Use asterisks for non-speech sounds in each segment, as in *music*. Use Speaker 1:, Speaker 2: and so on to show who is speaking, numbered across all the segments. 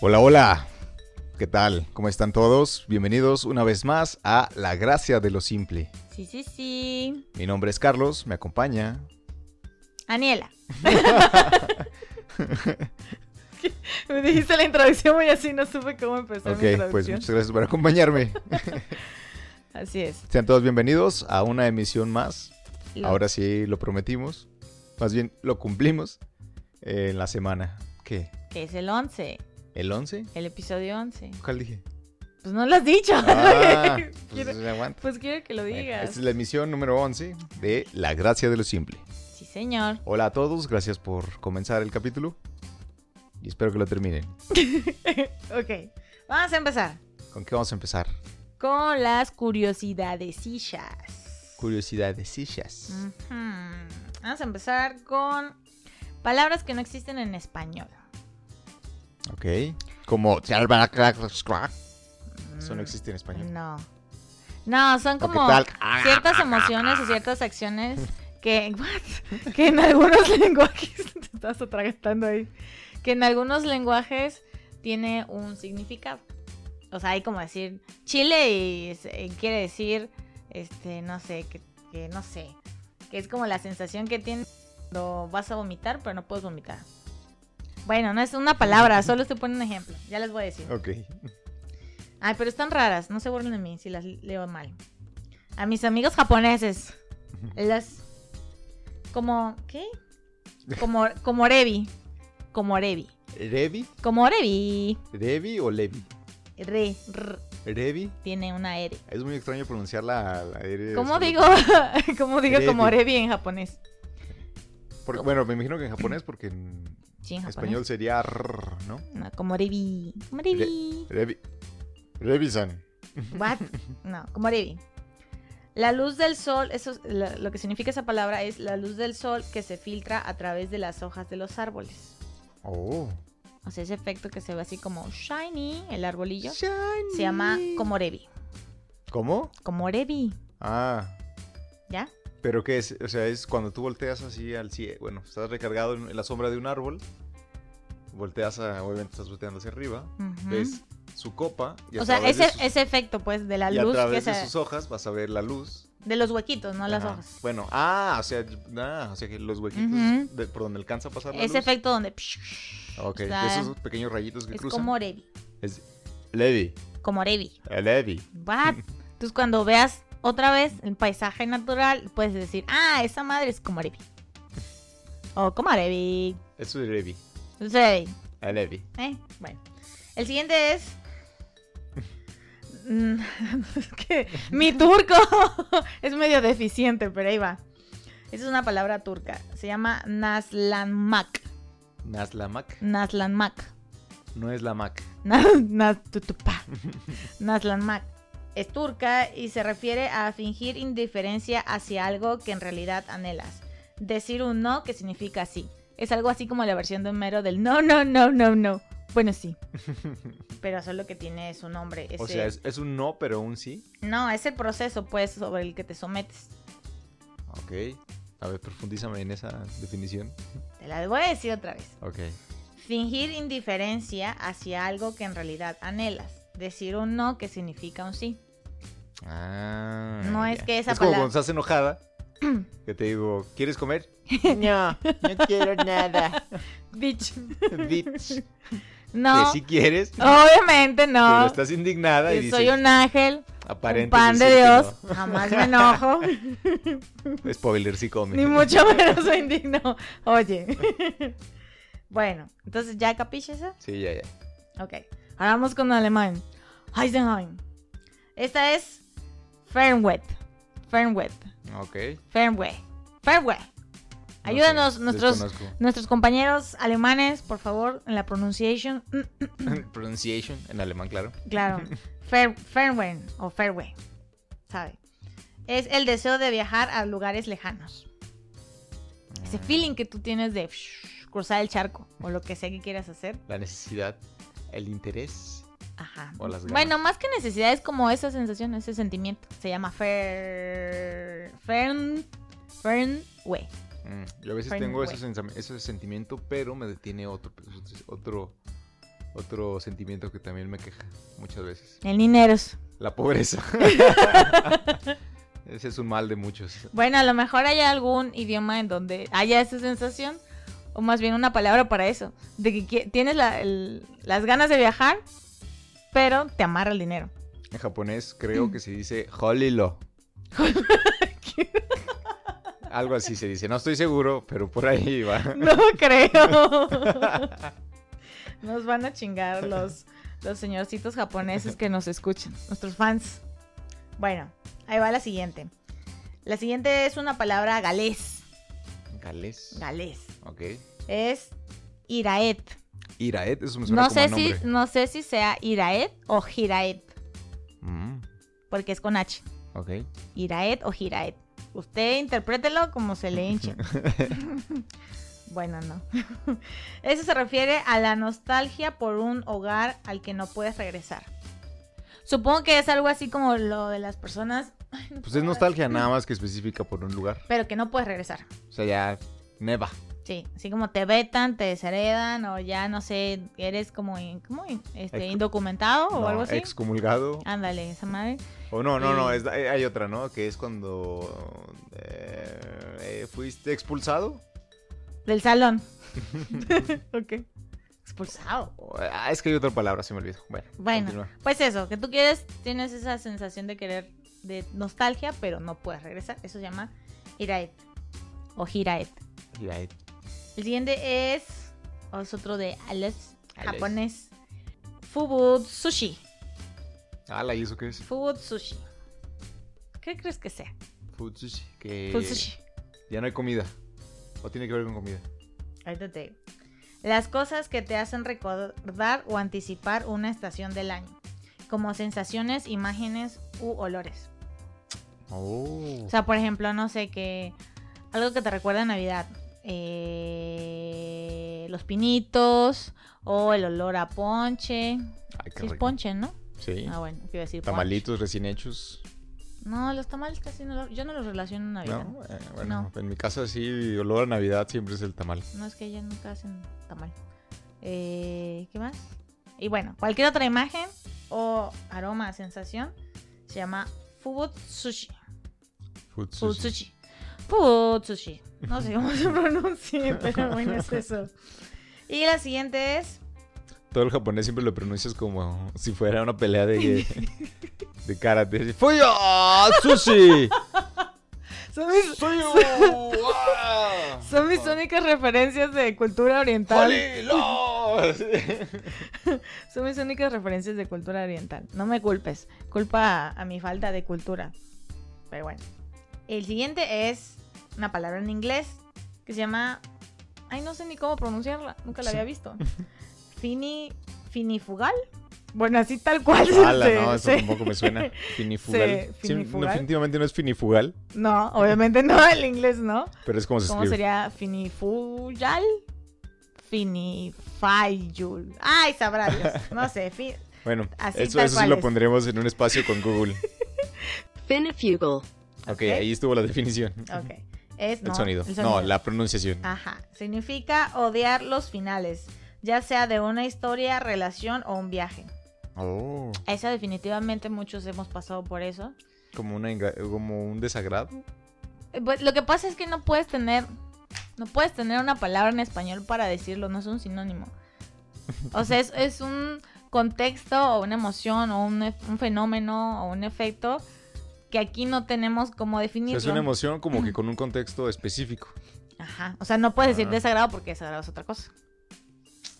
Speaker 1: Hola, hola. ¿Qué tal? ¿Cómo están todos? Bienvenidos una vez más a La Gracia de lo Simple.
Speaker 2: Sí, sí, sí.
Speaker 1: Mi nombre es Carlos, me acompaña.
Speaker 2: Aniela. *laughs* Me dijiste la introducción muy así, no supe cómo empezar mi
Speaker 1: ok,
Speaker 2: introducción.
Speaker 1: pues muchas gracias por acompañarme.
Speaker 2: Así es.
Speaker 1: Sean todos bienvenidos a una emisión más.
Speaker 2: Lo-
Speaker 1: Ahora sí lo prometimos. Más bien lo cumplimos eh, en la semana. ¿Qué?
Speaker 2: Que es el 11,
Speaker 1: ¿El 11?
Speaker 2: el episodio 11.
Speaker 1: ¿Cuál
Speaker 2: *laughs*
Speaker 1: dije?
Speaker 2: Pues no lo has dicho.
Speaker 1: Ah, pues
Speaker 2: *laughs* Quiero-
Speaker 1: aguanta.
Speaker 2: pues quiero que lo
Speaker 1: Bueno,
Speaker 2: digas.
Speaker 1: esta es la emisión número 11 de La Gracia de lo Simple.
Speaker 2: Sí, señor.
Speaker 1: Hola a todos, gracias por comenzar el capítulo y espero que lo terminen.
Speaker 2: ok, vamos a empezar
Speaker 1: ¿Con qué vamos a empezar?
Speaker 2: con las curiosidadecillas.
Speaker 1: Curiosidades, sillas.
Speaker 2: Mm. Ujú. Vamos a empezar con palabras que no existen en español.
Speaker 1: Ok. Como... Eso no
Speaker 2: Mm,
Speaker 1: existe en español.
Speaker 2: No. No, son
Speaker 1: ¿O qué
Speaker 2: como
Speaker 1: tal? Ah,
Speaker 2: ciertas emociones o ciertas acciones que, *laughs* what? que en algunos *laughs* lenguajes te estás atragantando ahí. Que en algunos lenguajes tiene un significado. O sea, hay como decir Chile y, es- y quiere decir, este, no sé, que, que no sé. Que es como la sensación que tienes cuando vas a vomitar, pero no puedes vomitar. Bueno, no es una palabra, solo estoy poniendo un ejemplo. Ya les voy a decir.
Speaker 1: ah. Ok.
Speaker 2: Ay, pero están raras, no se burlen de mí si las leo mal. A mis amigos japoneses, las... Como, ¿qué? Como, como Revi. Como Revi.
Speaker 1: ¿Revi?
Speaker 2: Como Revi.
Speaker 1: ¿Revi o Levi?
Speaker 2: Re, r,
Speaker 1: ¿Revi?
Speaker 2: tiene una R.
Speaker 1: Es muy extraño pronunciar la, la R.
Speaker 2: ¿Cómo
Speaker 1: solo-
Speaker 2: digo? ¿Cómo digo *laughs* como
Speaker 1: Revi.
Speaker 2: Revi en japonés?
Speaker 1: Porque- bueno, me imagino que en japonés, porque en
Speaker 2: Sí, en
Speaker 1: español
Speaker 2: japonés.
Speaker 1: sería... rrr, ¿No?
Speaker 2: No, como Revi. Como Revi.
Speaker 1: Revi... Revisan.
Speaker 2: *laughs* What? No, como Revi. La luz del sol, eso, es- la- lo que significa esa palabra es la luz del sol que se filtra a través de las hojas de los árboles.
Speaker 1: Oh.
Speaker 2: O sea, ese efecto que se ve así como shiny, el arbolillo,
Speaker 1: Shiny.
Speaker 2: se llama komorebi.
Speaker 1: ¿Cómo?
Speaker 2: Komorebi,
Speaker 1: Ah,
Speaker 2: ¿ya?
Speaker 1: pero ¿qué es? O sea, es cuando tú volteas así al cielo. Bueno, estás recargado en en la sombra de un árbol. Volteas, a, obviamente estás volteando hacia arriba.
Speaker 2: Ujú.
Speaker 1: Ves su copa. Y a
Speaker 2: O sea,
Speaker 1: través de
Speaker 2: ese,
Speaker 1: sus-
Speaker 2: ese efecto, pues, de la
Speaker 1: y a
Speaker 2: luz, que
Speaker 1: través de
Speaker 2: se-
Speaker 1: sus hojas vas a ver la luz.
Speaker 2: de los huequitos, no las
Speaker 1: Ajá.
Speaker 2: hojas.
Speaker 1: Bueno, ah, o sea, ah, o sea que los huequitos
Speaker 2: Ujú.
Speaker 1: de- por donde alcanza a pasar la
Speaker 2: Ese
Speaker 1: luz.
Speaker 2: efecto donde...
Speaker 1: Ok,
Speaker 2: o
Speaker 1: de
Speaker 2: sea,
Speaker 1: esos pequeños rayitos que
Speaker 2: es
Speaker 1: cruzan.
Speaker 2: komorebi,
Speaker 1: Es Levi,
Speaker 2: komorebi.
Speaker 1: el Levi. *laughs*
Speaker 2: What? Entonces, cuando veas otra vez el paisaje natural, puedes decir, ah, esa madre es komorebi. O komorebi.
Speaker 1: Eso es Levi,
Speaker 2: Entonces,
Speaker 1: el Levi.
Speaker 2: Eh, bueno. El siguiente es. Mm, *laughs* es que mi turco *laughs* es medio deficiente, pero ahí va. Esa es una palabra turca. Se llama naslanmak.
Speaker 1: Naslamak,
Speaker 2: Naslanmak.
Speaker 1: no es la Mac.
Speaker 2: Nas- *laughs* nas-
Speaker 1: *laughs*
Speaker 2: tutupa. Naslanmak. Es turca y se refiere a fingir indiferencia hacia algo que en realidad anhelas. Decir un no que significa sí. Es algo así como la versión de Homero del no, no, no, no, no.
Speaker 1: *laughs*
Speaker 2: Bueno, sí. Pero solo que tiene su nombre.
Speaker 1: O
Speaker 2: ese-
Speaker 1: sea, es, es un no, pero un sí.
Speaker 2: No, es el proceso, pues, sobre el que te sometes.
Speaker 1: Ok. A ver, profundízame en esa definición.
Speaker 2: Te la voy a decir otra vez.
Speaker 1: Ok.
Speaker 2: Fingir indiferencia hacia algo que en realidad anhelas. Decir un no que significa un sí.
Speaker 1: Ah.
Speaker 2: No, es que esa
Speaker 1: Es como
Speaker 2: palabra-
Speaker 1: cuando estás
Speaker 2: *clears throat*
Speaker 1: enojada. Que te digo, ¿quieres
Speaker 2: *laughs*
Speaker 1: comer?
Speaker 3: No, no quiero
Speaker 1: *laughs*
Speaker 3: nada.
Speaker 2: Bitch.
Speaker 1: Bitch.
Speaker 2: No.
Speaker 1: Que si quieres.
Speaker 2: Obviamente
Speaker 1: Pero
Speaker 2: no.
Speaker 1: estás indignada y
Speaker 2: Yo
Speaker 1: dices.
Speaker 2: soy un ángel, un
Speaker 1: aparentes
Speaker 2: pan de
Speaker 1: decir que
Speaker 2: Dios. Jamás
Speaker 1: *laughs*
Speaker 2: me enojo,
Speaker 1: no. Spoiler, sí come.
Speaker 2: ni mucho menos me indigno. Oye.
Speaker 1: *laughs*
Speaker 2: bueno, entonces, ¿ya capiche esa?
Speaker 1: Sí, ya, ya.
Speaker 2: Ok. Ahora vamos con alemán. Heisenheim. Esta es Fernwet. Fernwet.
Speaker 1: Ok.
Speaker 2: Fernweh. Fernweh.
Speaker 1: No
Speaker 2: Ayúdanos,
Speaker 1: sé,
Speaker 2: nuestros,
Speaker 1: desconozco. *clears throat*
Speaker 2: nuestros compañeros alemanes, por favor, en la pronunciation. Mm,
Speaker 1: Pronunciation en alemán, claro. *laughs*
Speaker 2: claro. Fer, Fernweh o Fairway. ¿Sabe? Es el deseo de viajar a lugares lejanos. Ese
Speaker 1: Ah,
Speaker 2: feeling que tú tienes de psh, cruzar el charco o lo que sea que quieras hacer.
Speaker 1: La necesidad, el interés.
Speaker 2: Ajá.
Speaker 1: O las ganas.
Speaker 2: Bueno, más que necesidad es como esa sensación, ese sentimiento. Se llama fer... Fern... Fernweh.
Speaker 1: Mm, Yo a veces
Speaker 2: Fine
Speaker 1: tengo
Speaker 2: way.
Speaker 1: ese, sensam- ese sentimiento, pero me detiene pues, otro, otro otro sentimiento que también me queja muchas veces.
Speaker 2: El dineros.
Speaker 1: La
Speaker 2: *laughs*
Speaker 1: pobreza. Ese es un mal de muchos.
Speaker 2: Bueno, a lo mejor hay algún idioma en donde haya esa sensación, o más bien una palabra para eso, de que qui- tienes la- el- las ganas de viajar, pero te amarra
Speaker 1: *laughs*
Speaker 2: el dinero.
Speaker 1: En japonés creo que se dice
Speaker 2: *laughs*
Speaker 1: holilo. Algo así se dice. No estoy seguro, pero por ahí va.
Speaker 2: No creo. *laughs* Nos van a chingar los, los señorcitos japoneses que nos escuchan, nuestros fans. Bueno, ahí va la siguiente. La siguiente es una palabra galés.
Speaker 1: Gales.
Speaker 2: Galés.
Speaker 1: Ok.
Speaker 2: Es iraet.
Speaker 1: Iraet, eso me suena
Speaker 2: No
Speaker 1: como
Speaker 2: sé, si,
Speaker 1: nombre.
Speaker 2: no sé si sea iraet o giraet,
Speaker 1: Mm,
Speaker 2: porque es con H.
Speaker 1: ok.
Speaker 2: Iraet o giraet. Usted interprételo como se le hinche. *laughs* bueno, no. *laughs* Eso se refiere a la nostalgia por un hogar al que no puedes regresar. Supongo que es algo así como lo de las personas,
Speaker 1: Pues es nostalgia nada más que específica por un lugar.
Speaker 2: pero que no puedes regresar.
Speaker 1: O sea, ya neva.
Speaker 2: Sí, así como te vetan, te desheredan o ya no sé, eres como, in- ¿cómo? in- Este,
Speaker 1: Ex-
Speaker 2: indocumentado o
Speaker 1: No,
Speaker 2: algo así.
Speaker 1: Excomulgado.
Speaker 2: Ándale, esa madre.
Speaker 1: O no, no, no,
Speaker 2: Eh.
Speaker 1: es- hay hay otra, ¿no? Que es cuando eh, eh, fuiste expulsado.
Speaker 2: Del salón. *laughs* ok. Expulsado.
Speaker 1: O- ah, es que hay otra palabra, se me olvidó. Bueno,
Speaker 2: Bueno,
Speaker 1: continúa.
Speaker 2: pues eso, que tú quieres, tienes esa sensación de querer, de nostalgia, pero no puedes regresar. Eso se llama Iraet o Hiraet.
Speaker 1: Iraet.
Speaker 2: El siguiente es, es otro de Alex,
Speaker 1: Alex.
Speaker 2: japonés. Fubu sushi.
Speaker 1: Ala, ¿y eso qué es?
Speaker 2: Fubu sushi. ¿Qué crees que sea?
Speaker 1: Food sushi. Que
Speaker 2: Fubu sushi.
Speaker 1: ya no hay comida. O tiene que ver con comida.
Speaker 2: Ahorita te digo. Las cosas que te hacen recordar o anticipar una estación del año, como sensaciones, imágenes u olores.
Speaker 1: Oh.
Speaker 2: O sea, por ejemplo, no sé, que algo que te recuerda a Navidad. eh, los pinitos o el olor a ponche.
Speaker 1: Ay, qué
Speaker 2: Sí es
Speaker 1: rico.
Speaker 2: ponche, ¿no?
Speaker 1: Sí.
Speaker 2: Ah, bueno, te iba a decir ponche.
Speaker 1: Tamalitos recién hechos.
Speaker 2: No, los tamales casi no los... Yo no los relaciono a Navidad.
Speaker 1: No,
Speaker 2: No,
Speaker 1: Eh, bueno, en mi casa sí, olor a Navidad siempre es el tamal.
Speaker 2: es que ellos nunca hacen tamal. Eh, ¿Qué más? Y bueno, cualquier otra imagen o aroma, sensación, se llama fubu sushi.
Speaker 1: Food
Speaker 2: Food
Speaker 1: sushi.
Speaker 2: sushi. Food sushi. No sé cómo se *laughs* pronuncia, pero bueno, es eso. Y la siguiente es.
Speaker 1: Todo el japonés siempre lo pronuncias como *laughs* si fuera una pelea
Speaker 2: *laughs*
Speaker 1: de, de karate. Así, ¡Fuyo!
Speaker 2: *laughs*
Speaker 1: ¡Sushi!
Speaker 2: Son mis,
Speaker 1: ¡Suyo! ¡Ah!
Speaker 2: son mis únicas referencias de cultura oriental. *laughs*
Speaker 1: ¡Holilo!
Speaker 2: Son mis únicas referencias de cultura oriental. No me culpes. Culpa a, a mi falta de cultura. Pero bueno. El siguiente es una palabra en inglés que se llama. Ay, no sé ni cómo pronunciarla. Nunca la
Speaker 1: *laughs*
Speaker 2: había visto. Fini. Finifugal. Bueno, así tal cual.
Speaker 1: ¡Hala!
Speaker 2: se-
Speaker 1: No, eso
Speaker 2: se-
Speaker 1: tampoco me suena.
Speaker 2: *laughs*
Speaker 1: Finifugal.
Speaker 2: Sí,
Speaker 1: Sí, no,
Speaker 2: finifugal.
Speaker 1: definitivamente no es finifugal,
Speaker 2: No, obviamente no el inglés, ¿no?
Speaker 1: pero es como se
Speaker 2: ¿Cómo
Speaker 1: escribe.
Speaker 2: sería finifuyal? Finifayul. Ay, sabrá Dios. No sé. fi-
Speaker 1: Bueno,
Speaker 2: Así
Speaker 1: eso,
Speaker 2: tal
Speaker 1: eso sí
Speaker 2: cual
Speaker 1: lo
Speaker 2: es.
Speaker 1: pondremos en un espacio con
Speaker 2: *laughs*
Speaker 1: Google.
Speaker 4: Finifugal.
Speaker 1: Ok, ahí estuvo la definición.
Speaker 2: Ok. Es,
Speaker 1: El
Speaker 2: no,
Speaker 1: sonido.
Speaker 2: el Ah.
Speaker 1: No, la pronunciación.
Speaker 2: Ajá. Significa odiar los finales, ya sea de una historia, relación o un viaje.
Speaker 1: Oh.
Speaker 2: Esa definitivamente muchos hemos pasado por eso.
Speaker 1: Como, una, ingra- como un desagrado.
Speaker 2: Eh, pues, Lo que pasa es que no puedes tener... No puedes tener una palabra en español para decirlo, no es un sinónimo. O sea, es, es un contexto o una emoción o un, ef- un fenómeno o un efecto que aquí no tenemos como
Speaker 1: O
Speaker 2: definirlo.
Speaker 1: sea, es una emoción como
Speaker 2: Mm.
Speaker 1: que con un contexto específico.
Speaker 2: Ajá. O sea, no puedes decir
Speaker 1: Ah.
Speaker 2: desagrado porque desagrado es otra cosa.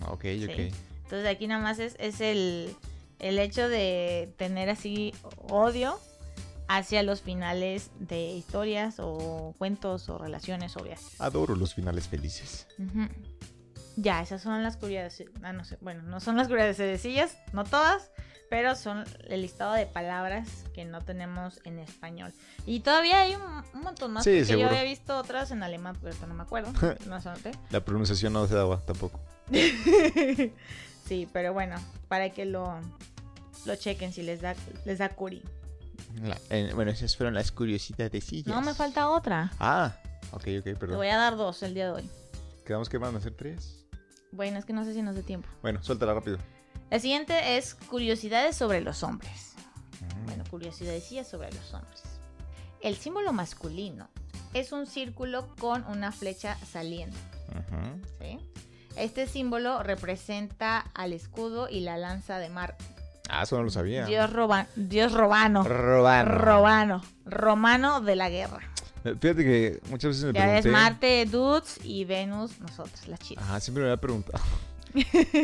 Speaker 1: Ok,
Speaker 2: Sí.
Speaker 1: ok.
Speaker 2: Entonces aquí nada más es, es el, el hecho de tener así odio hacia los finales de historias o cuentos o relaciones obvias.
Speaker 1: Adoro los finales felices.
Speaker 2: Ujú. Ya, esas son las curiosidades. Ah, no sé. Bueno, no son las curiosidades, no todas, pero son el listado de palabras que no tenemos en español. Y todavía hay un, un montón más.
Speaker 1: Sí,
Speaker 2: porque
Speaker 1: seguro.
Speaker 2: yo había visto otras en alemán, pero ahorita no
Speaker 1: *laughs*
Speaker 2: me acuerdo. no sé dónde. *laughs*
Speaker 1: La pronunciación no se daba tampoco.
Speaker 2: sí, pero bueno, para que lo, lo chequen si les da, les da curi.
Speaker 1: bueno, esas fueron las curiosidades.
Speaker 2: No, me falta otra.
Speaker 1: Ah, ok, ok,
Speaker 2: Te
Speaker 1: perdón.
Speaker 2: voy a dar dos el día de hoy.
Speaker 1: Quedamos que van a hacer tres.
Speaker 2: Bueno, es que no sé si nos dé tiempo.
Speaker 1: Bueno, suéltala rápido.
Speaker 2: La siguiente es curiosidades sobre los hombres.
Speaker 1: Mm.
Speaker 2: Bueno, curiosidades sobre los hombres. El símbolo masculino es un círculo con una flecha saliente.
Speaker 1: Ajá.
Speaker 2: ¿sí? Este símbolo representa al escudo y la lanza de mar.
Speaker 1: Ah, eso no lo sabía.
Speaker 2: Dios, roba- Dios robano.
Speaker 1: Robano.
Speaker 2: Robano. Romano de la guerra.
Speaker 1: Eh, Fíjate que muchas veces me
Speaker 2: Ya es
Speaker 1: pregunté.
Speaker 2: Marte, Dudes y Venus, nosotros, las chicas.
Speaker 1: Ajá, siempre me había
Speaker 2: *laughs*
Speaker 1: preguntado.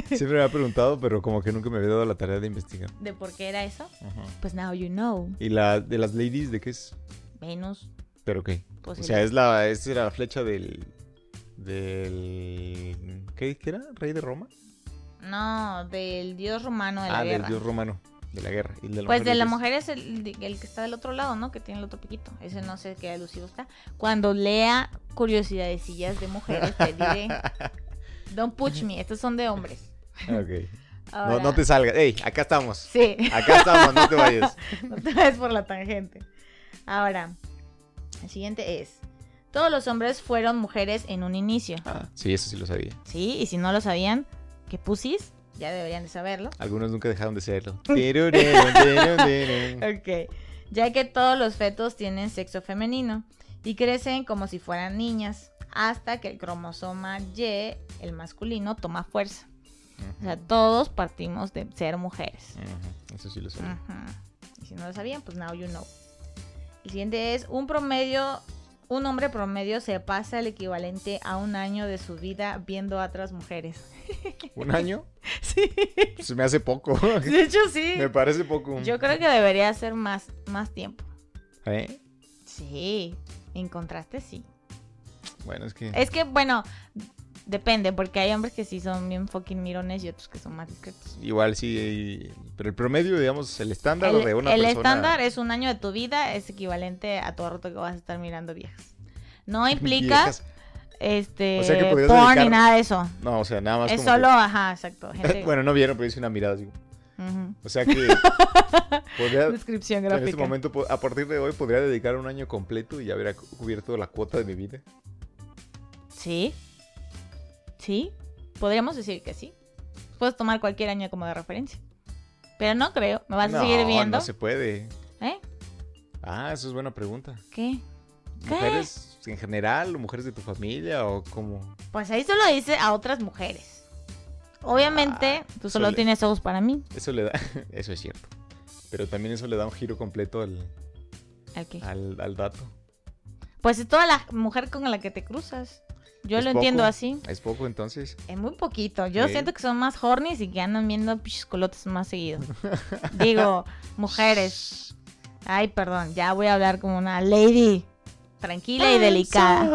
Speaker 1: siempre me había preguntado, pero como que nunca me había dado la tarea de investigar.
Speaker 2: ¿De por qué era eso?
Speaker 1: Ajá.
Speaker 2: Pues now you know.
Speaker 1: ¿Y la de las ladies de qué es?
Speaker 2: Venus,
Speaker 1: ¿Pero qué?
Speaker 2: pues
Speaker 1: o
Speaker 2: el-
Speaker 1: sea, es la, es la flecha del. del. ¿Qué, qué era? ¿Rey de Roma?
Speaker 2: No, del dios romano de la
Speaker 1: ah,
Speaker 2: guerra.
Speaker 1: del dios romano. De la guerra. Y de la
Speaker 2: Pues de la
Speaker 1: ¿qué es?
Speaker 2: mujer es el, el que está del otro lado, ¿no? Que tiene el otro piquito. Ese no sé qué alusivo está. Cuando lea curiosidadecillas de mujeres, te
Speaker 1: *laughs*
Speaker 2: diré. Don't push me, estos son de hombres.
Speaker 1: Ah, ok. No,
Speaker 2: Ahora-
Speaker 1: no te salgas. ¡Ey! Acá estamos.
Speaker 2: Sí, *laughs*
Speaker 1: Acá estamos, no te vayas.
Speaker 2: no te vayas por la tangente. Ahora, el siguiente es. Todos los hombres fueron mujeres en un inicio.
Speaker 1: Ah, *laughs* sí, eso sí lo sabía.
Speaker 2: Sí, y si no lo sabían, que pusis, ya deberían de saberlo.
Speaker 1: Algunos nunca dejaron de
Speaker 2: *laughs*
Speaker 1: serlo. Pero
Speaker 2: Ok. Ya que todos los fetos tienen sexo femenino y crecen como si fueran niñas, hasta que el cromosoma Y, el masculino, toma fuerza. O sea, todos partimos de ser mujeres.
Speaker 1: Ujú, Eso sí lo sabía.
Speaker 2: Ujú. Y si no lo sabían, pues now you know. El siguiente es un promedio, un hombre promedio se pasa el equivalente a un año de su vida viendo a otras mujeres.
Speaker 1: *laughs* ¿Un año?
Speaker 2: *laughs* Sí,
Speaker 1: Se me hace poco.
Speaker 2: de hecho sí.
Speaker 1: *laughs* me parece poco.
Speaker 2: Yo creo que debería ser más, más tiempo.
Speaker 1: ¿Eh?
Speaker 2: Sí, en contraste sí.
Speaker 1: Bueno, es que.
Speaker 2: Es que, bueno, depende, porque hay hombres que sí son bien fucking mirones y otros que son más discretos.
Speaker 1: Igual sí. Pero el promedio, digamos, el estándar
Speaker 2: El,
Speaker 1: de una
Speaker 2: el
Speaker 1: persona.
Speaker 2: estándar es un año de tu vida, es equivalente a todo rato que vas a estar mirando viejas.
Speaker 1: *laughs*
Speaker 2: No implica
Speaker 1: Viejas.
Speaker 2: este
Speaker 1: O sea que podrías
Speaker 2: porn
Speaker 1: dedicar-
Speaker 2: ni nada de eso.
Speaker 1: No, o sea, nada más.
Speaker 2: Es
Speaker 1: como que-
Speaker 2: solo,
Speaker 1: *laughs*
Speaker 2: ajá, exacto. Gente...
Speaker 1: Bueno, no vieron, pero hice una mirada así.
Speaker 2: Ujú.
Speaker 1: O sea
Speaker 2: *laughs*
Speaker 1: que. podría-
Speaker 2: Descripción
Speaker 1: en
Speaker 2: gráfica.
Speaker 1: este momento, po- a partir de hoy, podría dedicar un año completo y haber cu- cubierto la cuota de mi vida.
Speaker 2: Sí. Sí. Podríamos decir que sí. Puedes tomar cualquier año como de referencia. Pero no creo. Me vas
Speaker 1: no,
Speaker 2: a seguir viendo.
Speaker 1: No se puede.
Speaker 2: ¿Eh?
Speaker 1: Ah, eso es buena pregunta.
Speaker 2: ¿Qué? ¿Qué?
Speaker 1: ¿Mujeres en general o mujeres de tu familia o cómo?
Speaker 2: Pues ahí solo dice a otras mujeres. Obviamente,
Speaker 1: Ah,
Speaker 2: tú solo
Speaker 1: sole-
Speaker 2: tienes ojos para mí.
Speaker 1: Eso le da, *laughs* eso es cierto. Pero también eso le da un giro completo al,
Speaker 2: ¿Al qué?
Speaker 1: al, al dato.
Speaker 2: Ah. Pues es toda la mujer con la que te cruzas. Yo
Speaker 1: Es
Speaker 2: lo
Speaker 1: poco,
Speaker 2: entiendo así.
Speaker 1: Es poco entonces.
Speaker 2: Es muy poquito. Yo
Speaker 1: Ok.
Speaker 2: siento que son más hornies y que andan viendo pinches colotes
Speaker 1: *laughs*
Speaker 2: más seguido. Digo, mujeres. Ay, perdón, ya voy a hablar como una lady. Tranquila y delicada.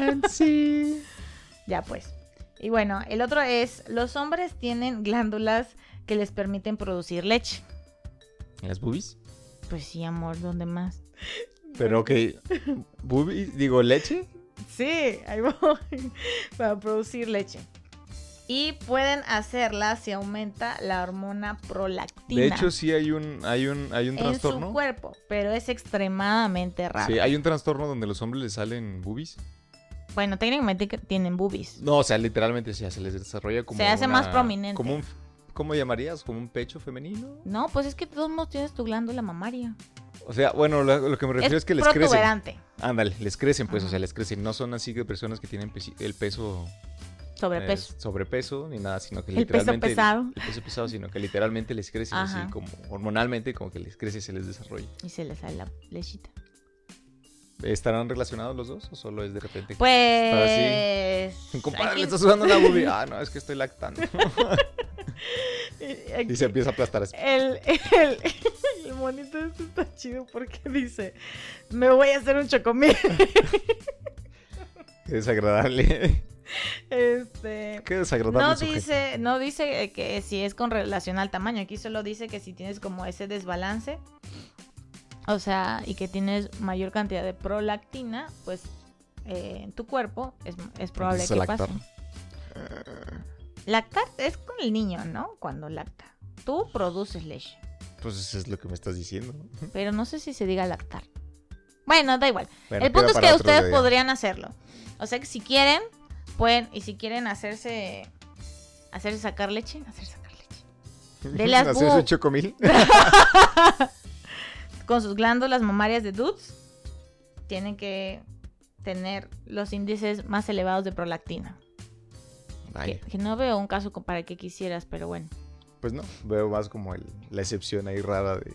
Speaker 1: fancy.
Speaker 2: Ya pues. Y bueno, el otro es, los hombres tienen glándulas que les permiten producir leche.
Speaker 1: ¿En las boobies?
Speaker 2: Pues sí, amor, ¿dónde más?
Speaker 1: Pero ok, boobies, digo leche.
Speaker 2: Sí, ahí voy. *laughs* Para producir leche. Y pueden hacerla si aumenta la hormona prolactina.
Speaker 1: De hecho sí hay un hay un hay un
Speaker 2: en su
Speaker 1: trastorno.
Speaker 2: cuerpo, pero es extremadamente raro.
Speaker 1: Sí, hay un trastorno donde los hombres les salen boobies.
Speaker 2: Bueno, técnicamente que tienen boobies.
Speaker 1: No, o sea, literalmente sí, se les desarrolla como
Speaker 2: Se hace más
Speaker 1: una-
Speaker 2: prominente.
Speaker 1: Como un, ¿Cómo llamarías? ¿Como un pecho femenino?
Speaker 2: No, pues es que de todos modos tienes tu glándula mamaria.
Speaker 1: O sea, bueno, lo, lo que me refiero es, que les crecen.
Speaker 2: protuberante,
Speaker 1: Ándale, les crecen, pues, o
Speaker 2: Ajá.
Speaker 1: sea, les crecen. No son así de personas que tienen pesi- el peso,
Speaker 2: sobrepeso.
Speaker 1: eh, sobrepeso ni nada, sino que
Speaker 2: El peso
Speaker 1: literalmente.
Speaker 2: pesado.
Speaker 1: El peso pesado, sino que literalmente les crece
Speaker 2: Ajá.
Speaker 1: así, como hormonalmente, como que les crece y se les desarrolla.
Speaker 2: Y se le sale la lechita.
Speaker 1: ¿Estarán relacionados los dos o solo es de repente? que
Speaker 2: Pues...
Speaker 1: *laughs* Compadre,
Speaker 2: aquí-
Speaker 1: le está sudando la
Speaker 2: *laughs*
Speaker 1: boobie. Ah, no, es que estoy lactando. *laughs*
Speaker 2: aquí-
Speaker 1: y se empieza a aplastar. así.
Speaker 2: El, el, *laughs* el monito este está chido porque dice, me voy a hacer un chocomil.
Speaker 1: Qué desagradable. *laughs*
Speaker 2: Este,
Speaker 1: Qué desagradable.
Speaker 2: no
Speaker 1: sujeto.
Speaker 2: dice, no dice eh, que si es con relación al tamaño, aquí solo dice que si tienes como ese desbalance, o sea, y que tienes mayor cantidad de prolactina, pues eh, en tu cuerpo es, es probable
Speaker 1: Empiezas a
Speaker 2: que pase.
Speaker 1: lactar.
Speaker 2: Lactar es con el niño, ¿no? Cuando lacta. Tú produces leche.
Speaker 1: Pues eso es lo que me estás diciendo.
Speaker 2: Pero no sé si se diga lactar. Bueno, da igual.
Speaker 1: *laughs* Bueno,
Speaker 2: el punto
Speaker 1: queda
Speaker 2: es
Speaker 1: para
Speaker 2: que
Speaker 1: otro
Speaker 2: ustedes
Speaker 1: día. *laughs*
Speaker 2: podrían hacerlo. O sea que si quieren, pueden. Y si quieren hacerse. Hacerse sacar leche, hacer sacar leche. De las
Speaker 1: ¿Haces
Speaker 2: bu-
Speaker 1: un
Speaker 2: *laughs*
Speaker 1: chocomil?
Speaker 2: con sus glándulas mamarias de dudes, tienen que tener los índices más elevados de prolactina. Que,
Speaker 1: Vaya.
Speaker 2: que no veo un caso co- para que quisieras, pero bueno.
Speaker 1: Pues no, veo más como el- la excepción ahí rara de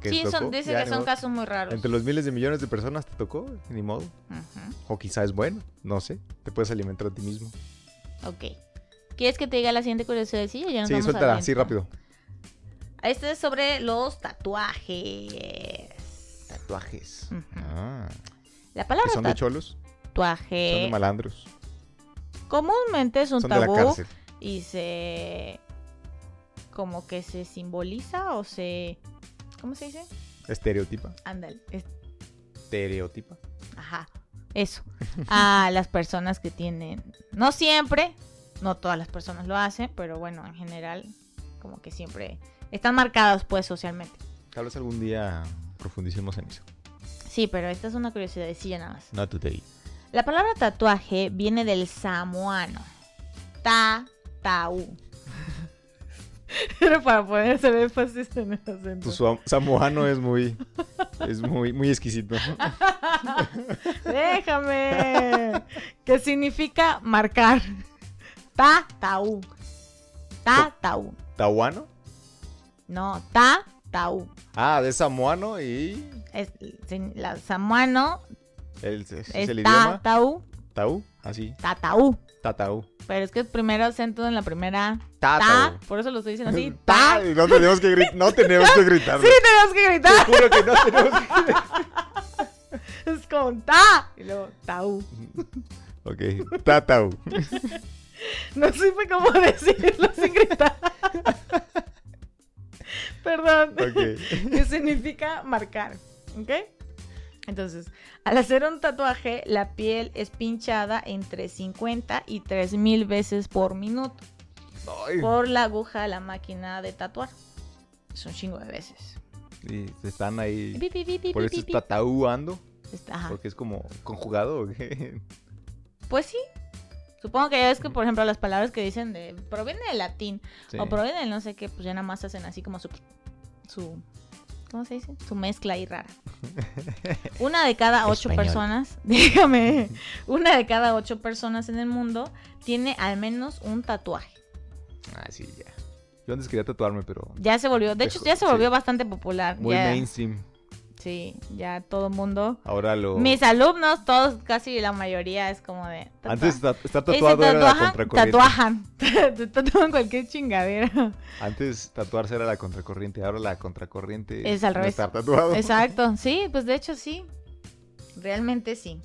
Speaker 1: que
Speaker 2: Sí,
Speaker 1: tocó.
Speaker 2: son, dice
Speaker 1: Ya,
Speaker 2: que
Speaker 1: ni
Speaker 2: son
Speaker 1: modo.
Speaker 2: casos muy raros.
Speaker 1: Entre los miles de millones de personas te tocó, ni modo.
Speaker 2: Ujú,
Speaker 1: O quizá es bueno, no sé. Te puedes alimentar a ti mismo.
Speaker 2: Ok. ¿Quieres que te diga la siguiente curiosidad? Sí, o ya nos
Speaker 1: sí,
Speaker 2: vamos al
Speaker 1: suéltala, así
Speaker 2: viento?
Speaker 1: rápido.
Speaker 2: Este es sobre los tatuajes.
Speaker 1: Tatuajes.
Speaker 2: Ujú.
Speaker 1: Ah.
Speaker 2: La
Speaker 1: ¿Que
Speaker 2: palabra
Speaker 1: son de cholos? Son de
Speaker 2: tatuaje
Speaker 1: malandros.
Speaker 2: comúnmente es Eh, un
Speaker 1: Son de la
Speaker 2: tabú
Speaker 1: cárcel.
Speaker 2: y se como que se simboliza o se ¿cómo se dice?
Speaker 1: Estereotipa.
Speaker 2: Ándale, es-
Speaker 1: Estereotipa.
Speaker 2: ajá,
Speaker 1: *laughs*
Speaker 2: eso. A las personas que tienen, no siempre, no todas las personas lo hacen, pero bueno, en general como que siempre están marcadas pues socialmente.
Speaker 1: Tal vez algún día profundicemos en eso.
Speaker 2: Sí, pero esta es una curiosidad de sí, ya nada más.
Speaker 1: No today.
Speaker 2: La palabra tatuaje viene del samoano. Ta, taú. *laughs* Pero para poder hacer énfasis en el
Speaker 1: Tu
Speaker 2: acento.
Speaker 1: suam- samoano es muy, es muy, muy exquisito.
Speaker 2: *laughs* Déjame. Que significa marcar. Ta, taú. Ta, taú.
Speaker 1: ¿Tahuano?
Speaker 2: No, ta, taú.
Speaker 1: Ah, de samoano y
Speaker 2: Es, sin- la samoano
Speaker 1: el, es, es
Speaker 2: es
Speaker 1: el
Speaker 2: ta,
Speaker 1: idioma.
Speaker 2: taú,
Speaker 1: Taú, así.
Speaker 2: ta, taú.
Speaker 1: Tataú.
Speaker 2: Pero es que el primer acento en la primera ta,
Speaker 1: Tataú.
Speaker 2: por eso lo estoy diciendo así.
Speaker 1: *laughs*
Speaker 2: Ta.
Speaker 1: Ta. No tenemos que gritar. No tenemos que gritarlo.
Speaker 2: Sí, tenemos que gritar.
Speaker 1: Te juro que no tenemos que
Speaker 2: Es con ta y luego taú.
Speaker 1: Ok, tatau.
Speaker 2: No supe cómo *laughs* decirlo sin gritar. *laughs* Perdón.
Speaker 1: Ok.
Speaker 2: Que significa marcar. ¿Ok? Entonces, al hacer un tatuaje, la piel es pinchada entre 50 y 3000 veces por minuto
Speaker 1: Ay,
Speaker 2: por la aguja de la máquina de tatuar. Es un chingo de veces.
Speaker 1: y están ahí.
Speaker 2: Pi, pi, pi, pi,
Speaker 1: Por
Speaker 2: pi,
Speaker 1: eso
Speaker 2: pi, Ah.
Speaker 1: es
Speaker 2: pi.
Speaker 1: tatauando.
Speaker 2: Está- ajá.
Speaker 1: Porque es como conjugado. ¿o
Speaker 2: *laughs*
Speaker 1: qué?
Speaker 2: Pues sí. Supongo que ya ves que, por ejemplo, las palabras que dicen de, proviene del latín.
Speaker 1: Sí.
Speaker 2: O proviene del no sé qué, pues ya nada más hacen así como su. su ¿Cómo se dice? Su mezcla
Speaker 1: *laughs*
Speaker 2: ahí rara. Una de cada ocho
Speaker 3: Español.
Speaker 2: personas, *laughs* dígame, una de cada ocho personas en el mundo tiene al menos un tatuaje.
Speaker 1: Ah, sí, ya. Yo antes quería tatuarme, pero
Speaker 2: Ya se volvió, de hecho,
Speaker 1: Eso,
Speaker 2: ya se volvió
Speaker 1: sí.
Speaker 2: bastante popular.
Speaker 1: muy
Speaker 2: ya,
Speaker 1: mainstream.
Speaker 2: Sí, ya todo el mundo.
Speaker 1: Ahora lo.
Speaker 2: Mis alumnos, todos, casi la mayoría es como de. tatuaje.
Speaker 1: Antes ta- estar
Speaker 2: Y se
Speaker 1: tatuado era la
Speaker 2: tatuajan-
Speaker 1: contracorriente.
Speaker 2: tatuajan. *laughs* Te tatúan cualquier chingadera.
Speaker 1: Antes tatuarse era la contracorriente, ahora la contracorriente
Speaker 2: Es al
Speaker 1: no
Speaker 2: revés.
Speaker 1: Estar tatuado. *laughs*
Speaker 2: Exacto, sí, pues de hecho sí. Realmente sí.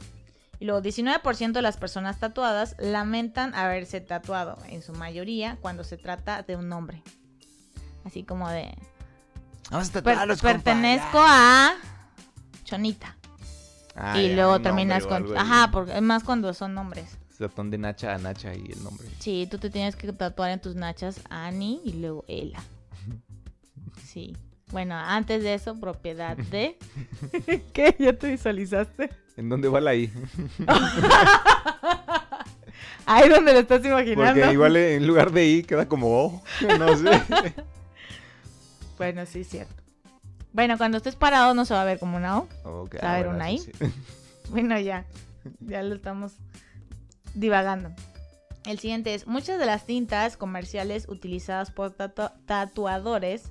Speaker 2: Y luego, 19% de las personas tatuadas lamentan haberse tatuado, en su mayoría cuando se trata de un hombre. Así como de.
Speaker 1: Vamos a
Speaker 2: per-
Speaker 1: tatuarlos, compa,
Speaker 2: pertenezco
Speaker 1: ya.
Speaker 2: a. Chonita.
Speaker 1: Ah,
Speaker 2: y
Speaker 1: ya,
Speaker 2: luego
Speaker 1: un
Speaker 2: terminas
Speaker 1: nombre o
Speaker 2: con.
Speaker 1: algo ahí.
Speaker 2: Ajá, porque es más cuando son nombres.
Speaker 1: Tatuón de Nacha a Nacha y el nombre.
Speaker 2: Sí, tú te tienes que tatuar en tus nachas Ani y luego Ela. Sí. Bueno, antes de eso, propiedad de. *laughs* ¿Qué? ¿Ya te visualizaste?
Speaker 1: ¿En dónde va la I?
Speaker 2: Ahí donde lo estás
Speaker 1: Porque
Speaker 2: imaginando.
Speaker 1: igual en lugar de I queda como *laughs* O. No sé.
Speaker 2: Bueno, sí, es cierto. Bueno, cuando estés parado no se va a ver como una O.
Speaker 1: Ok,
Speaker 2: A ver, una I.
Speaker 1: eso sí.
Speaker 2: Bueno, ya. Ya lo estamos divagando. El siguiente es, muchas de las tintas comerciales utilizadas por tatu- tatuadores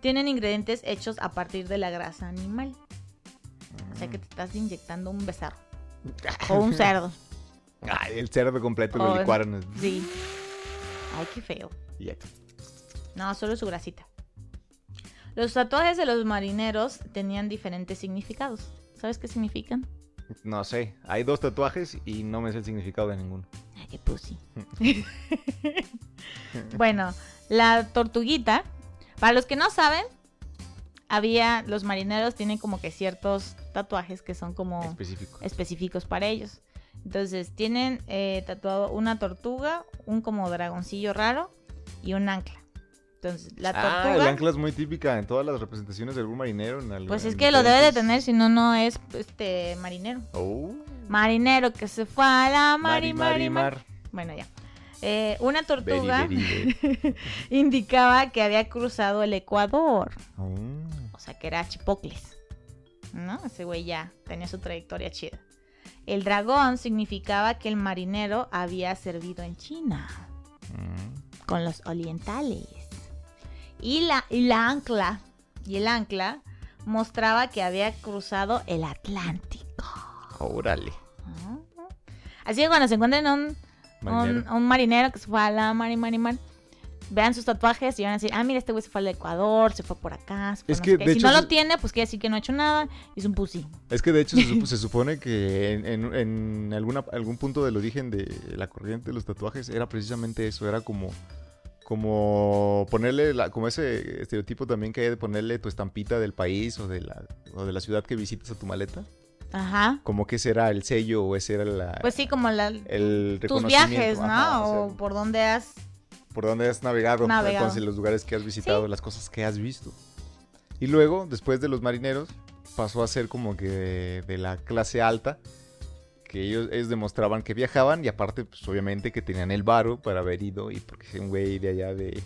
Speaker 2: tienen ingredientes hechos a partir de la grasa animal. O sea que te estás inyectando un becerro. O un cerdo.
Speaker 1: Ay, el cerdo completo
Speaker 2: Oh.
Speaker 1: lo licuaron.
Speaker 2: Sí. Ay, qué feo.
Speaker 1: Y ya.
Speaker 2: No, solo su grasita. Los tatuajes de los marineros tenían diferentes significados. ¿Sabes qué significan?
Speaker 1: No sé. Hay dos tatuajes y no me sé el significado de ninguno.
Speaker 2: Ay, qué
Speaker 1: *laughs*
Speaker 2: pussy. bueno, la tortuguita. Para los que no saben, había. Los marineros tienen como que ciertos tatuajes que son como
Speaker 1: Específico.
Speaker 2: específicos para ellos. Entonces, tienen eh, tatuado una tortuga, un como dragoncillo raro y un ancla. Entonces, la tortuga.
Speaker 1: Ah, el ancla es muy típica en todas las representaciones de algún marinero. en algún-
Speaker 2: Pues es
Speaker 1: en
Speaker 2: que lo debe de
Speaker 1: diferentes-
Speaker 2: tener, si no, no es este marinero.
Speaker 1: Oh.
Speaker 2: Marinero que se fue a la mar
Speaker 1: Mari,
Speaker 2: y mar
Speaker 1: Mari,
Speaker 2: y mar.
Speaker 1: Mar.
Speaker 2: Bueno, ya. eh, una
Speaker 1: Very,
Speaker 2: tortuga
Speaker 1: very,
Speaker 2: *laughs*
Speaker 1: very.
Speaker 2: indicaba que había cruzado el Ecuador.
Speaker 1: Oh.
Speaker 2: O sea, que era Chipocles. ¿No? Ese güey ya tenía su trayectoria chida. El dragón significaba que el marinero había servido en China
Speaker 1: Mm.
Speaker 2: con los orientales. Y la, y la ancla, y el ancla mostraba que había cruzado el Atlántico.
Speaker 1: Órale.
Speaker 2: Ah. Así que cuando se encuentren un un,
Speaker 1: Marinero.
Speaker 2: un marinero que se fue a la mar y mar y mar. Vean sus tatuajes y van a decir, ah, mira, este güey se fue al Ecuador, se fue por acá. se fue
Speaker 1: Es
Speaker 2: no
Speaker 1: que,
Speaker 2: sé qué".
Speaker 1: de
Speaker 2: si
Speaker 1: hecho,
Speaker 2: no
Speaker 1: se-
Speaker 2: lo tiene, pues quiere decir que no ha hecho nada. Es un pussy.
Speaker 1: Es que de hecho se,
Speaker 2: *laughs*
Speaker 1: supo- se supone que en, en- en alguna, algún punto del origen de la corriente de los tatuajes era precisamente eso, era como, como ponerle, la, como ese estereotipo también que hay de ponerle tu estampita del país o de la, o de la ciudad que visitas a tu maleta,
Speaker 2: Ajá.
Speaker 1: como que ese era el sello o ese era la,
Speaker 2: Pues sí, como la-
Speaker 1: el
Speaker 2: tus
Speaker 1: reconocimiento.
Speaker 2: viajes, ¿no?
Speaker 1: Eh, ajá, o sea,
Speaker 2: o por dónde has...
Speaker 1: por dónde has navegado,
Speaker 2: Navegado.
Speaker 1: entonces los lugares que has visitado, las cosas que has visto. Y luego, después de los marineros, pasó a ser como que de, de la clase alta, que ellos, ellos demostraban que viajaban y aparte, pues obviamente que tenían el varo para haber ido y porque un güey de allá de,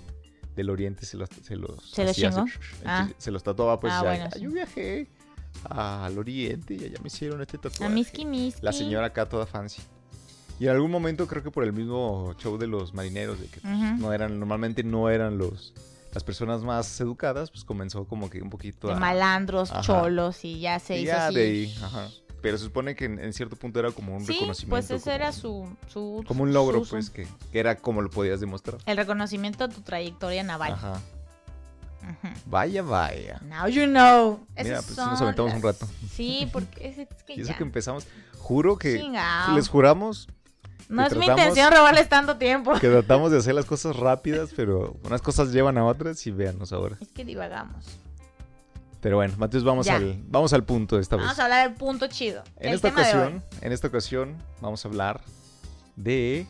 Speaker 1: del oriente se los se los,
Speaker 2: ¿Se los
Speaker 1: hacía
Speaker 2: chingó?
Speaker 1: así,
Speaker 2: Ah.
Speaker 1: entonces se los tatuaba, pues
Speaker 2: Ah,
Speaker 1: ya,
Speaker 2: bueno,
Speaker 1: "Ah,
Speaker 2: sí.
Speaker 1: yo viajé al oriente y allá me hicieron este tatuaje.
Speaker 2: A Miski Miski.
Speaker 1: La señora acá toda fancy. Y en algún momento creo que por el mismo show de los marineros, de que pues,
Speaker 2: Ujú.
Speaker 1: no eran, normalmente no eran los las personas más educadas, pues comenzó como que un poquito
Speaker 2: De
Speaker 1: a-
Speaker 2: malandros,
Speaker 1: Ajá.
Speaker 2: cholos y ya se
Speaker 1: y
Speaker 2: hizo
Speaker 1: ya
Speaker 2: así.
Speaker 1: de ahí, ajá. Pero se supone que en, en cierto punto era como un
Speaker 2: Sí,
Speaker 1: reconocimiento.
Speaker 2: pues ese
Speaker 1: como
Speaker 2: era
Speaker 1: un-
Speaker 2: su... su
Speaker 1: Como un logro,
Speaker 2: su-
Speaker 1: pues, que, que era como lo podías demostrar.
Speaker 2: El reconocimiento de tu trayectoria naval.
Speaker 1: Ajá.
Speaker 2: Ujú.
Speaker 1: Vaya, vaya.
Speaker 2: Now you know.
Speaker 1: Mira,
Speaker 2: Esas
Speaker 1: pues, sí nos
Speaker 2: son
Speaker 1: aventamos un rato.
Speaker 2: Sí, porque es, es que
Speaker 1: Y eso
Speaker 2: ya.
Speaker 1: que empezamos, juro que
Speaker 2: Chingao.
Speaker 1: les juramos
Speaker 2: no es mi
Speaker 1: tratamos-
Speaker 2: intención robarles tanto
Speaker 1: *laughs*
Speaker 2: tiempo.
Speaker 1: que tratamos de hacer las cosas rápidas, pero unas cosas llevan a otras y véanos ahora.
Speaker 2: Es que divagamos.
Speaker 1: Pero bueno, Matheus, vamos
Speaker 2: Ya.
Speaker 1: al, vamos al punto esta vez.
Speaker 2: Vamos a hablar del punto chido.
Speaker 1: En
Speaker 2: el
Speaker 1: esta
Speaker 2: tema de hoy.
Speaker 1: ocasión, en esta ocasión vamos a hablar de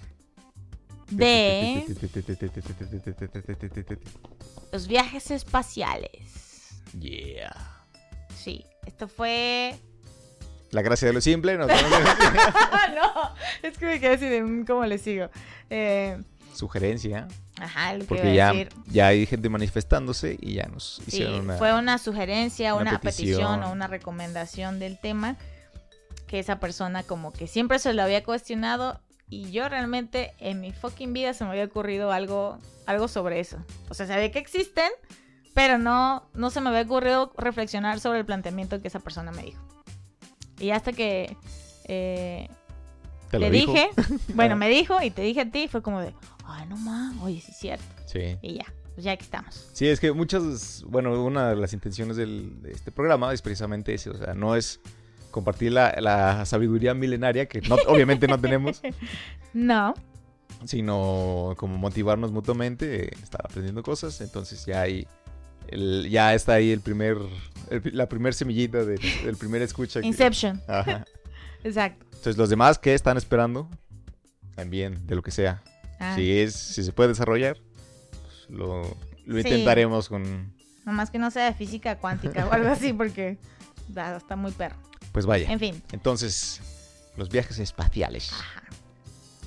Speaker 2: de los viajes espaciales.
Speaker 1: Yeah.
Speaker 2: Sí, esto fue. *laughs*
Speaker 1: La gracia de lo simple, nos vemos en-
Speaker 2: ¡Ah, no! Es que me quedé así de mm, cómo le sigo. Eh,
Speaker 1: sugerencia,
Speaker 2: ajá, lo que
Speaker 1: porque
Speaker 2: iba a
Speaker 1: ya,
Speaker 2: decir.
Speaker 1: ya hay gente manifestándose y ya nos
Speaker 2: Sí,
Speaker 1: hicieron una
Speaker 2: fue una sugerencia,
Speaker 1: una
Speaker 2: una, petición.
Speaker 1: petición.
Speaker 2: o una recomendación del tema que esa persona como que siempre se lo había cuestionado y yo realmente en mi fucking vida se me había ocurrido algo, algo sobre eso. O sea, sabía que existen, pero no, no se me había ocurrido reflexionar sobre el planteamiento que esa persona me dijo. Y hasta que eh,
Speaker 1: te lo
Speaker 2: le
Speaker 1: dijo. *laughs*
Speaker 2: dije, bueno, me dijo y te dije a ti, fue como de, ay, no mames, oye, sí es cierto.
Speaker 1: Sí.
Speaker 2: Y ya, pues ya que estamos.
Speaker 1: Sí, es que muchas, bueno, una de las intenciones del- de este programa es precisamente ese, o sea, no es compartir la, la sabiduría milenaria que no- obviamente no tenemos,
Speaker 2: No.
Speaker 1: sino como motivarnos mutuamente, eh, estar aprendiendo cosas, entonces ya hay, el- ya está ahí el primer, el- la primer semillita del, del primer
Speaker 2: *laughs*
Speaker 1: escucha. que-
Speaker 2: Inception,
Speaker 1: Ajá.
Speaker 2: exacto.
Speaker 1: Entonces los demás que están esperando, también, de lo que sea,
Speaker 2: Ah,
Speaker 1: si, es, si se puede desarrollar, pues, lo, lo
Speaker 2: Sí.
Speaker 1: intentaremos con,
Speaker 2: Nomás que no sea de física cuántica o algo así, porque da- está muy perro.
Speaker 1: pues vaya.
Speaker 2: En fin,
Speaker 1: Entonces, los viajes espaciales.
Speaker 2: ajá.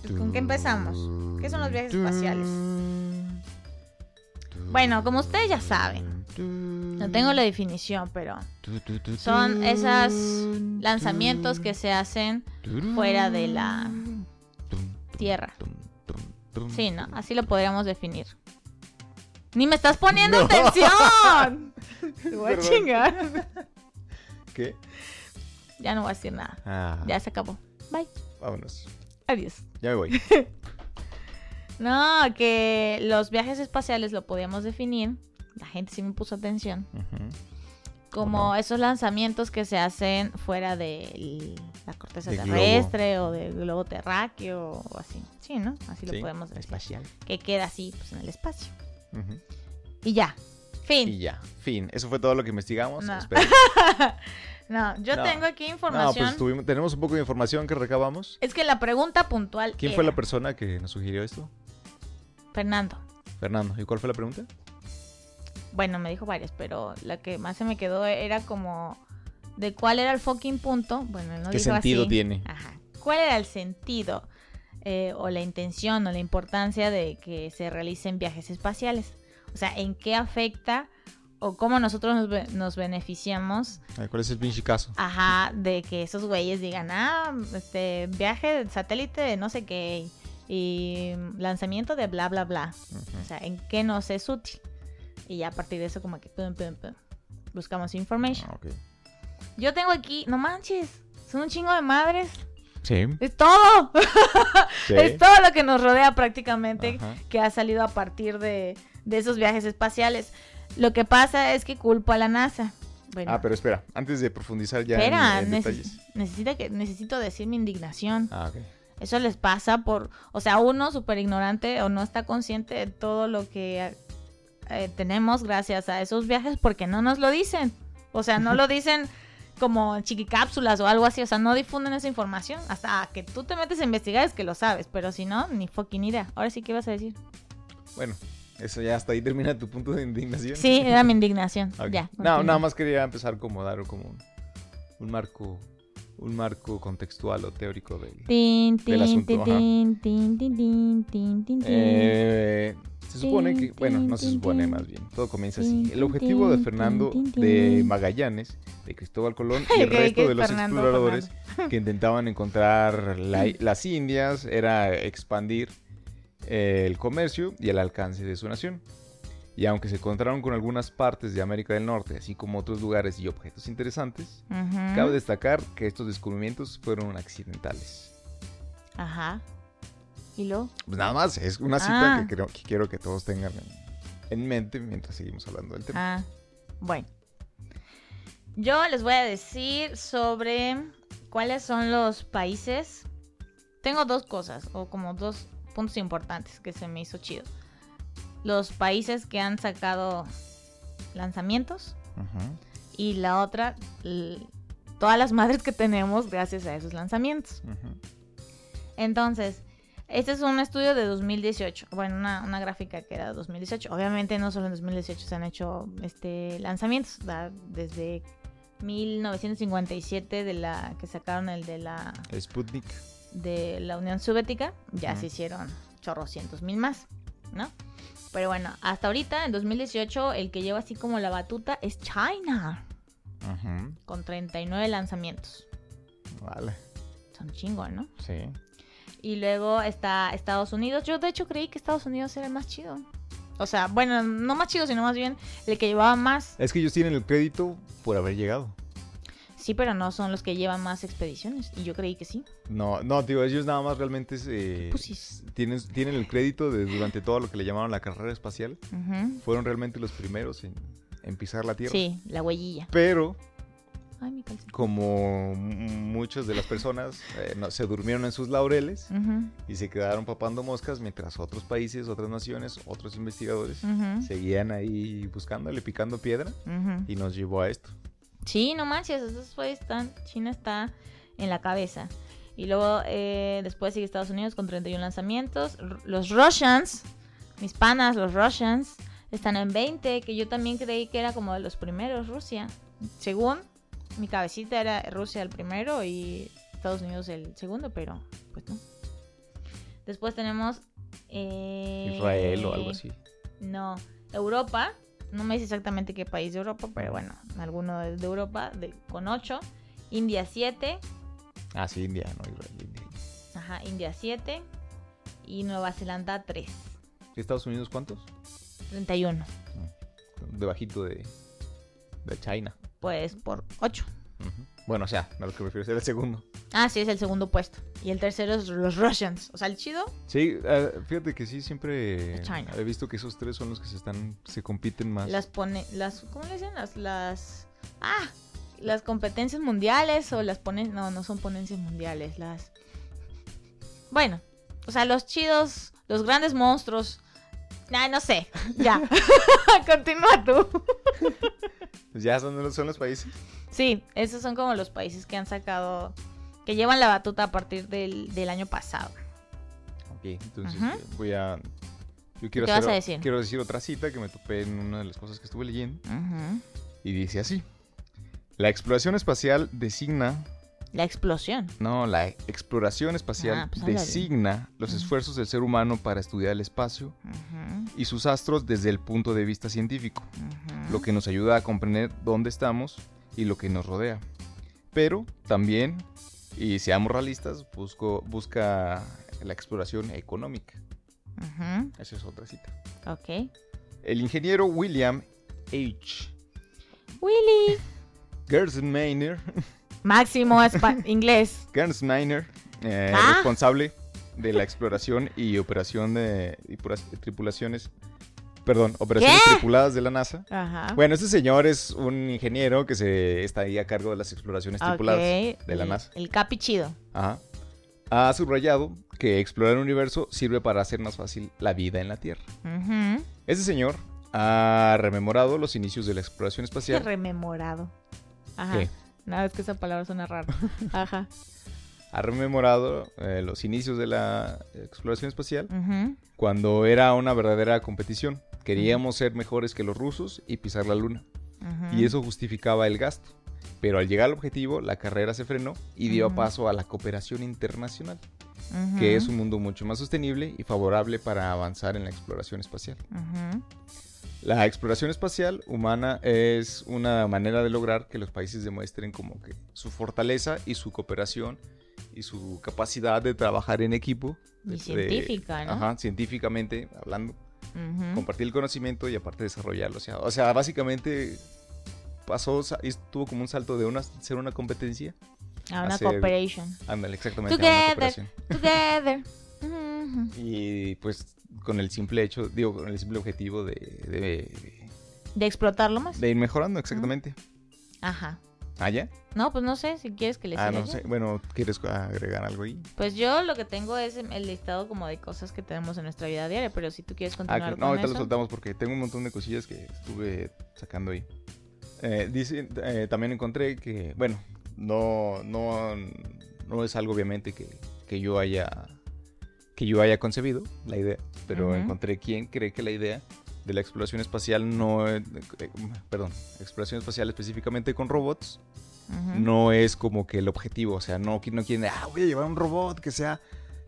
Speaker 2: Pues, ¿Con qué empezamos? ¿Qué son los viajes espaciales? Bueno, como ustedes ya saben, no tengo la definición, pero son esas lanzamientos que se hacen fuera de la tierra. Sí, ¿no? Así lo podríamos definir. ¡Ni me estás poniendo
Speaker 1: No. *laughs*
Speaker 2: atención! Te voy a
Speaker 1: Perdón. *laughs*
Speaker 2: chingar.
Speaker 1: ¿Qué?
Speaker 2: Ya no voy a decir nada.
Speaker 1: Ah,
Speaker 2: Ya se acabó. Bye.
Speaker 1: vámonos.
Speaker 2: Adiós.
Speaker 1: Ya
Speaker 2: *laughs*
Speaker 1: me voy.
Speaker 2: No, que los viajes espaciales lo podíamos definir, la gente sí me puso atención,
Speaker 1: Ujú.
Speaker 2: como
Speaker 1: no?
Speaker 2: esos lanzamientos que se hacen fuera de l- la corteza
Speaker 1: Del globo.
Speaker 2: terrestre o del globo terráqueo o así. Sí, ¿no? Así
Speaker 1: Sí,
Speaker 2: lo podemos decir.
Speaker 1: Espacial.
Speaker 2: Que queda así pues, en el espacio.
Speaker 1: Ujú.
Speaker 2: Y ya. Fin.
Speaker 1: Y ya, fin. Eso fue todo lo que investigamos.
Speaker 2: No. *laughs*
Speaker 1: Espero- pues,
Speaker 2: No, yo
Speaker 1: No.
Speaker 2: tengo aquí
Speaker 1: No,
Speaker 2: información.
Speaker 1: pues tuvimos, tenemos un poco de información que recabamos.
Speaker 2: Es que la pregunta puntual.
Speaker 1: ¿Quién fue
Speaker 2: era-
Speaker 1: la persona que nos sugirió esto?
Speaker 2: Fernando.
Speaker 1: Fernando. ¿Y cuál fue la pregunta?
Speaker 2: Bueno, me dijo varias, pero la que más se me quedó era como de cuál era el fucking punto. Bueno, él no
Speaker 1: ¿Qué
Speaker 2: dijo
Speaker 1: sentido
Speaker 2: así.
Speaker 1: tiene?
Speaker 2: Ajá. ¿Cuál era el sentido? eh, o la intención o la importancia de que se realicen viajes espaciales. O sea, en qué afecta o cómo nosotros nos, be- nos beneficiamos
Speaker 1: Ay, ¿Cuál es el pinche
Speaker 2: Ah,
Speaker 1: caso?
Speaker 2: Ajá, de que esos güeyes digan, ah, este viaje de satélite de no sé qué y mm, lanzamiento de bla, bla, bla.
Speaker 1: Ujú.
Speaker 2: O sea, en qué nos es útil. Y ya a partir de eso, como que pum, pum, pum, buscamos information.
Speaker 1: Ah, ok.
Speaker 2: Yo tengo aquí, no manches, son un chingo de madres.
Speaker 1: Sí.
Speaker 2: Es todo, *laughs*
Speaker 1: sí.
Speaker 2: es todo lo que nos rodea prácticamente
Speaker 1: Ajá.
Speaker 2: que ha salido a partir de, de esos viajes espaciales. Lo que pasa es que culpo a la NASA. Bueno,
Speaker 1: Ah, pero espera, antes de profundizar ya en-
Speaker 2: espera,
Speaker 1: en,
Speaker 2: neces-
Speaker 1: detalles.
Speaker 2: necesita que, necesito decir mi indignación.
Speaker 1: Ah, ok.
Speaker 2: Eso les pasa por, o sea, uno súper ignorante o no está consciente de todo lo que eh, tenemos gracias a esos viajes porque no nos lo dicen. O
Speaker 1: *laughs*
Speaker 2: sea, no lo dicen como en chiquicápsulas o algo así, o sea, no difunden esa información. Hasta que tú te metes a investigar es que lo sabes, pero si no, ni fucking idea. Ahora sí, ¿qué vas a decir?
Speaker 1: Bueno, eso ya hasta ahí termina tu punto de indignación.
Speaker 2: Sí, era mi indignación.
Speaker 1: Ok.
Speaker 2: Ya.
Speaker 1: No,
Speaker 2: continúa.
Speaker 1: nada más quería empezar como dar como un, un marco un marco contextual o teórico del,
Speaker 2: Tin,
Speaker 1: del
Speaker 2: tin,
Speaker 1: asunto,
Speaker 2: tin,
Speaker 1: ajá.
Speaker 2: tin, tin, tin, tin, tin, tin, tin.
Speaker 1: Eh, se supone
Speaker 2: Tin,
Speaker 1: que, bueno,
Speaker 2: tin,
Speaker 1: no se
Speaker 2: tin,
Speaker 1: supone
Speaker 2: tin.
Speaker 1: más bien, todo comienza
Speaker 2: Tin,
Speaker 1: así. El
Speaker 2: tin,
Speaker 1: objetivo de
Speaker 2: tin,
Speaker 1: Fernando
Speaker 2: tin, tin,
Speaker 1: de
Speaker 2: tin.
Speaker 1: Magallanes, de Cristóbal Colón
Speaker 2: *laughs*
Speaker 1: y el
Speaker 2: Creí
Speaker 1: resto
Speaker 2: que
Speaker 1: de los
Speaker 2: Fernando,
Speaker 1: exploradores que intentaban encontrar la-
Speaker 2: *laughs*
Speaker 1: las Indias era expandir eh, el comercio y el alcance de su nación. Y aunque se encontraron con algunas partes de América del Norte, así como otros lugares y objetos interesantes,
Speaker 2: Ujú.
Speaker 1: cabe destacar que estos descubrimientos fueron accidentales.
Speaker 2: Ajá. ¿Y luego?
Speaker 1: Pues nada más, es una cita
Speaker 2: Ah.
Speaker 1: que, creo, que quiero que todos tengan en, en mente mientras seguimos hablando del tema.
Speaker 2: Ah, bueno. Yo les voy a decir sobre cuáles son los países. Tengo dos cosas, o como dos puntos importantes que se me hizo chido. Los países que han sacado lanzamientos
Speaker 1: Ujú.
Speaker 2: y la otra, l- todas las *laughs* madres que tenemos gracias a esos lanzamientos.
Speaker 1: Ujú.
Speaker 2: Entonces, este es un estudio de 2018. Bueno, una, una gráfica que era de 2018. Obviamente no solo en 2018 se han hecho este lanzamientos. da- Desde 1957 de la que sacaron el de la
Speaker 1: Sputnik.
Speaker 2: de la Unión Soviética, ya
Speaker 1: Ujú.
Speaker 2: se hicieron chorrocientos mil más, ¿no? Pero bueno, hasta ahorita, en 2018, el que lleva así como la batuta es China,
Speaker 1: Ujú.
Speaker 2: con 39 lanzamientos.
Speaker 1: Vale,
Speaker 2: Son chingos, ¿no?
Speaker 1: sí.
Speaker 2: Y luego está Estados Unidos. Yo de hecho creí que Estados Unidos era el más chido. O sea, bueno, no más chido, sino más bien el que llevaba más.
Speaker 1: Es que ellos tienen el crédito por haber llegado.
Speaker 2: Sí, pero no son los que llevan más expediciones. Y yo creí que sí.
Speaker 1: No, no, digo, ellos nada más realmente se-
Speaker 2: pusis.
Speaker 1: tienen, tienen el crédito de durante todo lo que le llamaron la carrera espacial.
Speaker 2: Ujú.
Speaker 1: Fueron realmente los primeros en, en pisar la Tierra.
Speaker 2: Sí, la huellilla.
Speaker 1: Pero,
Speaker 2: Ay, mi calcetín.
Speaker 1: como muchas de las personas eh, no- se durmieron en sus laureles,
Speaker 2: Ujú,
Speaker 1: y se quedaron papando moscas mientras otros países, otras naciones, otros investigadores
Speaker 2: ujú,
Speaker 1: seguían ahí buscándole, picando piedra
Speaker 2: ujú.
Speaker 1: y nos llevó a esto.
Speaker 2: Sí, no manches, esos güeyes están. China está en la cabeza. Y luego eh, después sigue Estados Unidos con 31 lanzamientos. R- Los Russians, mis panas, los Russians, están en 20, que yo también creí que era como de los primeros, Rusia. Según mi cabecita era Rusia el primero y Estados Unidos el segundo, pero pues no. Después tenemos... eh,
Speaker 1: Israel o algo así.
Speaker 2: no, Europa. No me dice exactamente qué país de Europa, pero bueno, alguno de de Europa de- con 8. India 7.
Speaker 1: Ah, sí, India, no, Israel, India.
Speaker 2: Ajá, India 7. Y Nueva Zelanda 3.
Speaker 1: ¿Estados Unidos cuántos?
Speaker 2: 31.
Speaker 1: Debajito de, de China.
Speaker 2: Pues por 8.
Speaker 1: Ujú. Bueno, o sea, a lo que me refiero es el segundo.
Speaker 2: Ah, sí, es el segundo puesto. Y el tercero es los Russians. O sea, el chido.
Speaker 1: Sí, ah, fíjate que sí, siempre
Speaker 2: China.
Speaker 1: he visto que esos tres son los que se están, se compiten más.
Speaker 2: Las pone. Las, ¿Cómo le dicen? Las. las ah, las competencias mundiales o las ponen. No, no son ponencias mundiales. Las. Bueno, o sea, los chidos, los grandes monstruos. Nah, no sé. Ya. *laughs* Continúa tú.
Speaker 1: Ya son los, son los países.
Speaker 2: Sí, esos son como los países que han sacado. Que llevan la batuta a partir del, del año pasado.
Speaker 1: Ok, entonces
Speaker 2: Ajá.
Speaker 1: eh, voy a... Yo quiero,
Speaker 2: ¿Qué vas
Speaker 1: hacer,
Speaker 2: a decir?
Speaker 1: quiero decir otra cita que me topé en una de las cosas que estuve leyendo.
Speaker 2: Ujú.
Speaker 1: Y dice así. La exploración espacial designa
Speaker 2: La explosión.
Speaker 1: No, la e- exploración espacial
Speaker 2: Ah, pues háblale.
Speaker 1: designa los
Speaker 2: Ujú.
Speaker 1: esfuerzos del ser humano para estudiar el espacio
Speaker 2: Ujú,
Speaker 1: y sus astros desde el punto de vista científico,
Speaker 2: ujú.
Speaker 1: lo que nos ayuda a comprender dónde estamos y lo que nos rodea. Pero también, y seamos realistas, busco- busca la exploración económica.
Speaker 2: Ujú,
Speaker 1: Esa es otra cita.
Speaker 2: Ok.
Speaker 1: El ingeniero William H.
Speaker 2: Willy.
Speaker 1: *laughs* Gersmeiner,
Speaker 2: Máximo espa- *laughs* inglés.
Speaker 1: Gersmeiner eh,
Speaker 2: Ah.
Speaker 1: responsable de la exploración y operación de y puras- tripulaciones, perdón, operaciones
Speaker 2: ¿Qué? Ah.
Speaker 1: tripuladas de la NASA.
Speaker 2: Ajá.
Speaker 1: Bueno, este señor es un ingeniero que se está ahí a cargo de las exploraciones tripuladas
Speaker 2: Ok,
Speaker 1: de la
Speaker 2: el-
Speaker 1: NASA.
Speaker 2: El capi chido.
Speaker 1: Ajá. Ha subrayado que explorar el universo sirve para hacer más fácil la vida en la Tierra.
Speaker 2: Ujú.
Speaker 1: Este señor ha rememorado los inicios de la exploración
Speaker 2: Qué
Speaker 1: espacial.
Speaker 2: *laughs* rememorado. Ajá.
Speaker 1: ¿Qué?
Speaker 2: Nada, es que esa palabra suena
Speaker 1: *laughs*
Speaker 2: rara. Ajá.
Speaker 1: Ha rememorado eh, los inicios de la exploración espacial
Speaker 2: Ujú.
Speaker 1: cuando era una verdadera competición. Queríamos ser mejores que los rusos y pisar la luna.
Speaker 2: Ujú.
Speaker 1: Y eso justificaba el gasto. Pero al llegar al objetivo, la carrera se frenó y dio
Speaker 2: Ujú.
Speaker 1: paso a la cooperación internacional,
Speaker 2: Ujú.
Speaker 1: que es un mundo mucho más sostenible y favorable para avanzar en la exploración espacial.
Speaker 2: Ujú.
Speaker 1: La exploración espacial humana es una manera de lograr que los países demuestren como que su fortaleza y su cooperación y su capacidad de trabajar en equipo.
Speaker 2: Y
Speaker 1: de- de-
Speaker 2: científica, ¿no?
Speaker 1: Ajá, científicamente hablando.
Speaker 2: Ujú.
Speaker 1: Compartir el conocimiento y aparte desarrollarlo. O sea, o sea, básicamente pasó, sa- es- tuvo como un salto de una, ser una competencia.
Speaker 2: A Ah, una
Speaker 1: hacer- *laughs*
Speaker 2: cooperation.
Speaker 1: Ándale, exactamente. a una
Speaker 2: Together.
Speaker 1: cooperación.
Speaker 2: Together. Ujú.
Speaker 1: Y pues con el simple hecho, digo, con el simple objetivo de, de-
Speaker 2: De explotarlo más.
Speaker 1: de ir mejorando, exactamente.
Speaker 2: Ajá.
Speaker 1: Ah, ya.
Speaker 2: No, pues no sé si quieres que le
Speaker 1: Ah,
Speaker 2: siga
Speaker 1: no
Speaker 2: yo.
Speaker 1: sé. Bueno, ¿quieres agregar algo ahí?
Speaker 2: Pues yo lo que tengo es el listado como de cosas que tenemos en nuestra vida diaria, pero si tú quieres
Speaker 1: Ah,
Speaker 2: continuar
Speaker 1: que-
Speaker 2: con
Speaker 1: no, ahorita lo
Speaker 2: eso.
Speaker 1: soltamos porque tengo un montón de cosillas que estuve sacando ahí. Eh, dice, eh, también encontré que, bueno, no, no, no es algo obviamente que, que yo haya que yo haya concebido la idea, pero
Speaker 2: Ujú.
Speaker 1: encontré quien cree que la idea de la exploración espacial no, eh, eh, perdón, exploración espacial específicamente con robots
Speaker 2: Ujú.
Speaker 1: no es como que el objetivo. O sea, no, qui- no quieren, ah, voy a llevar un robot que sea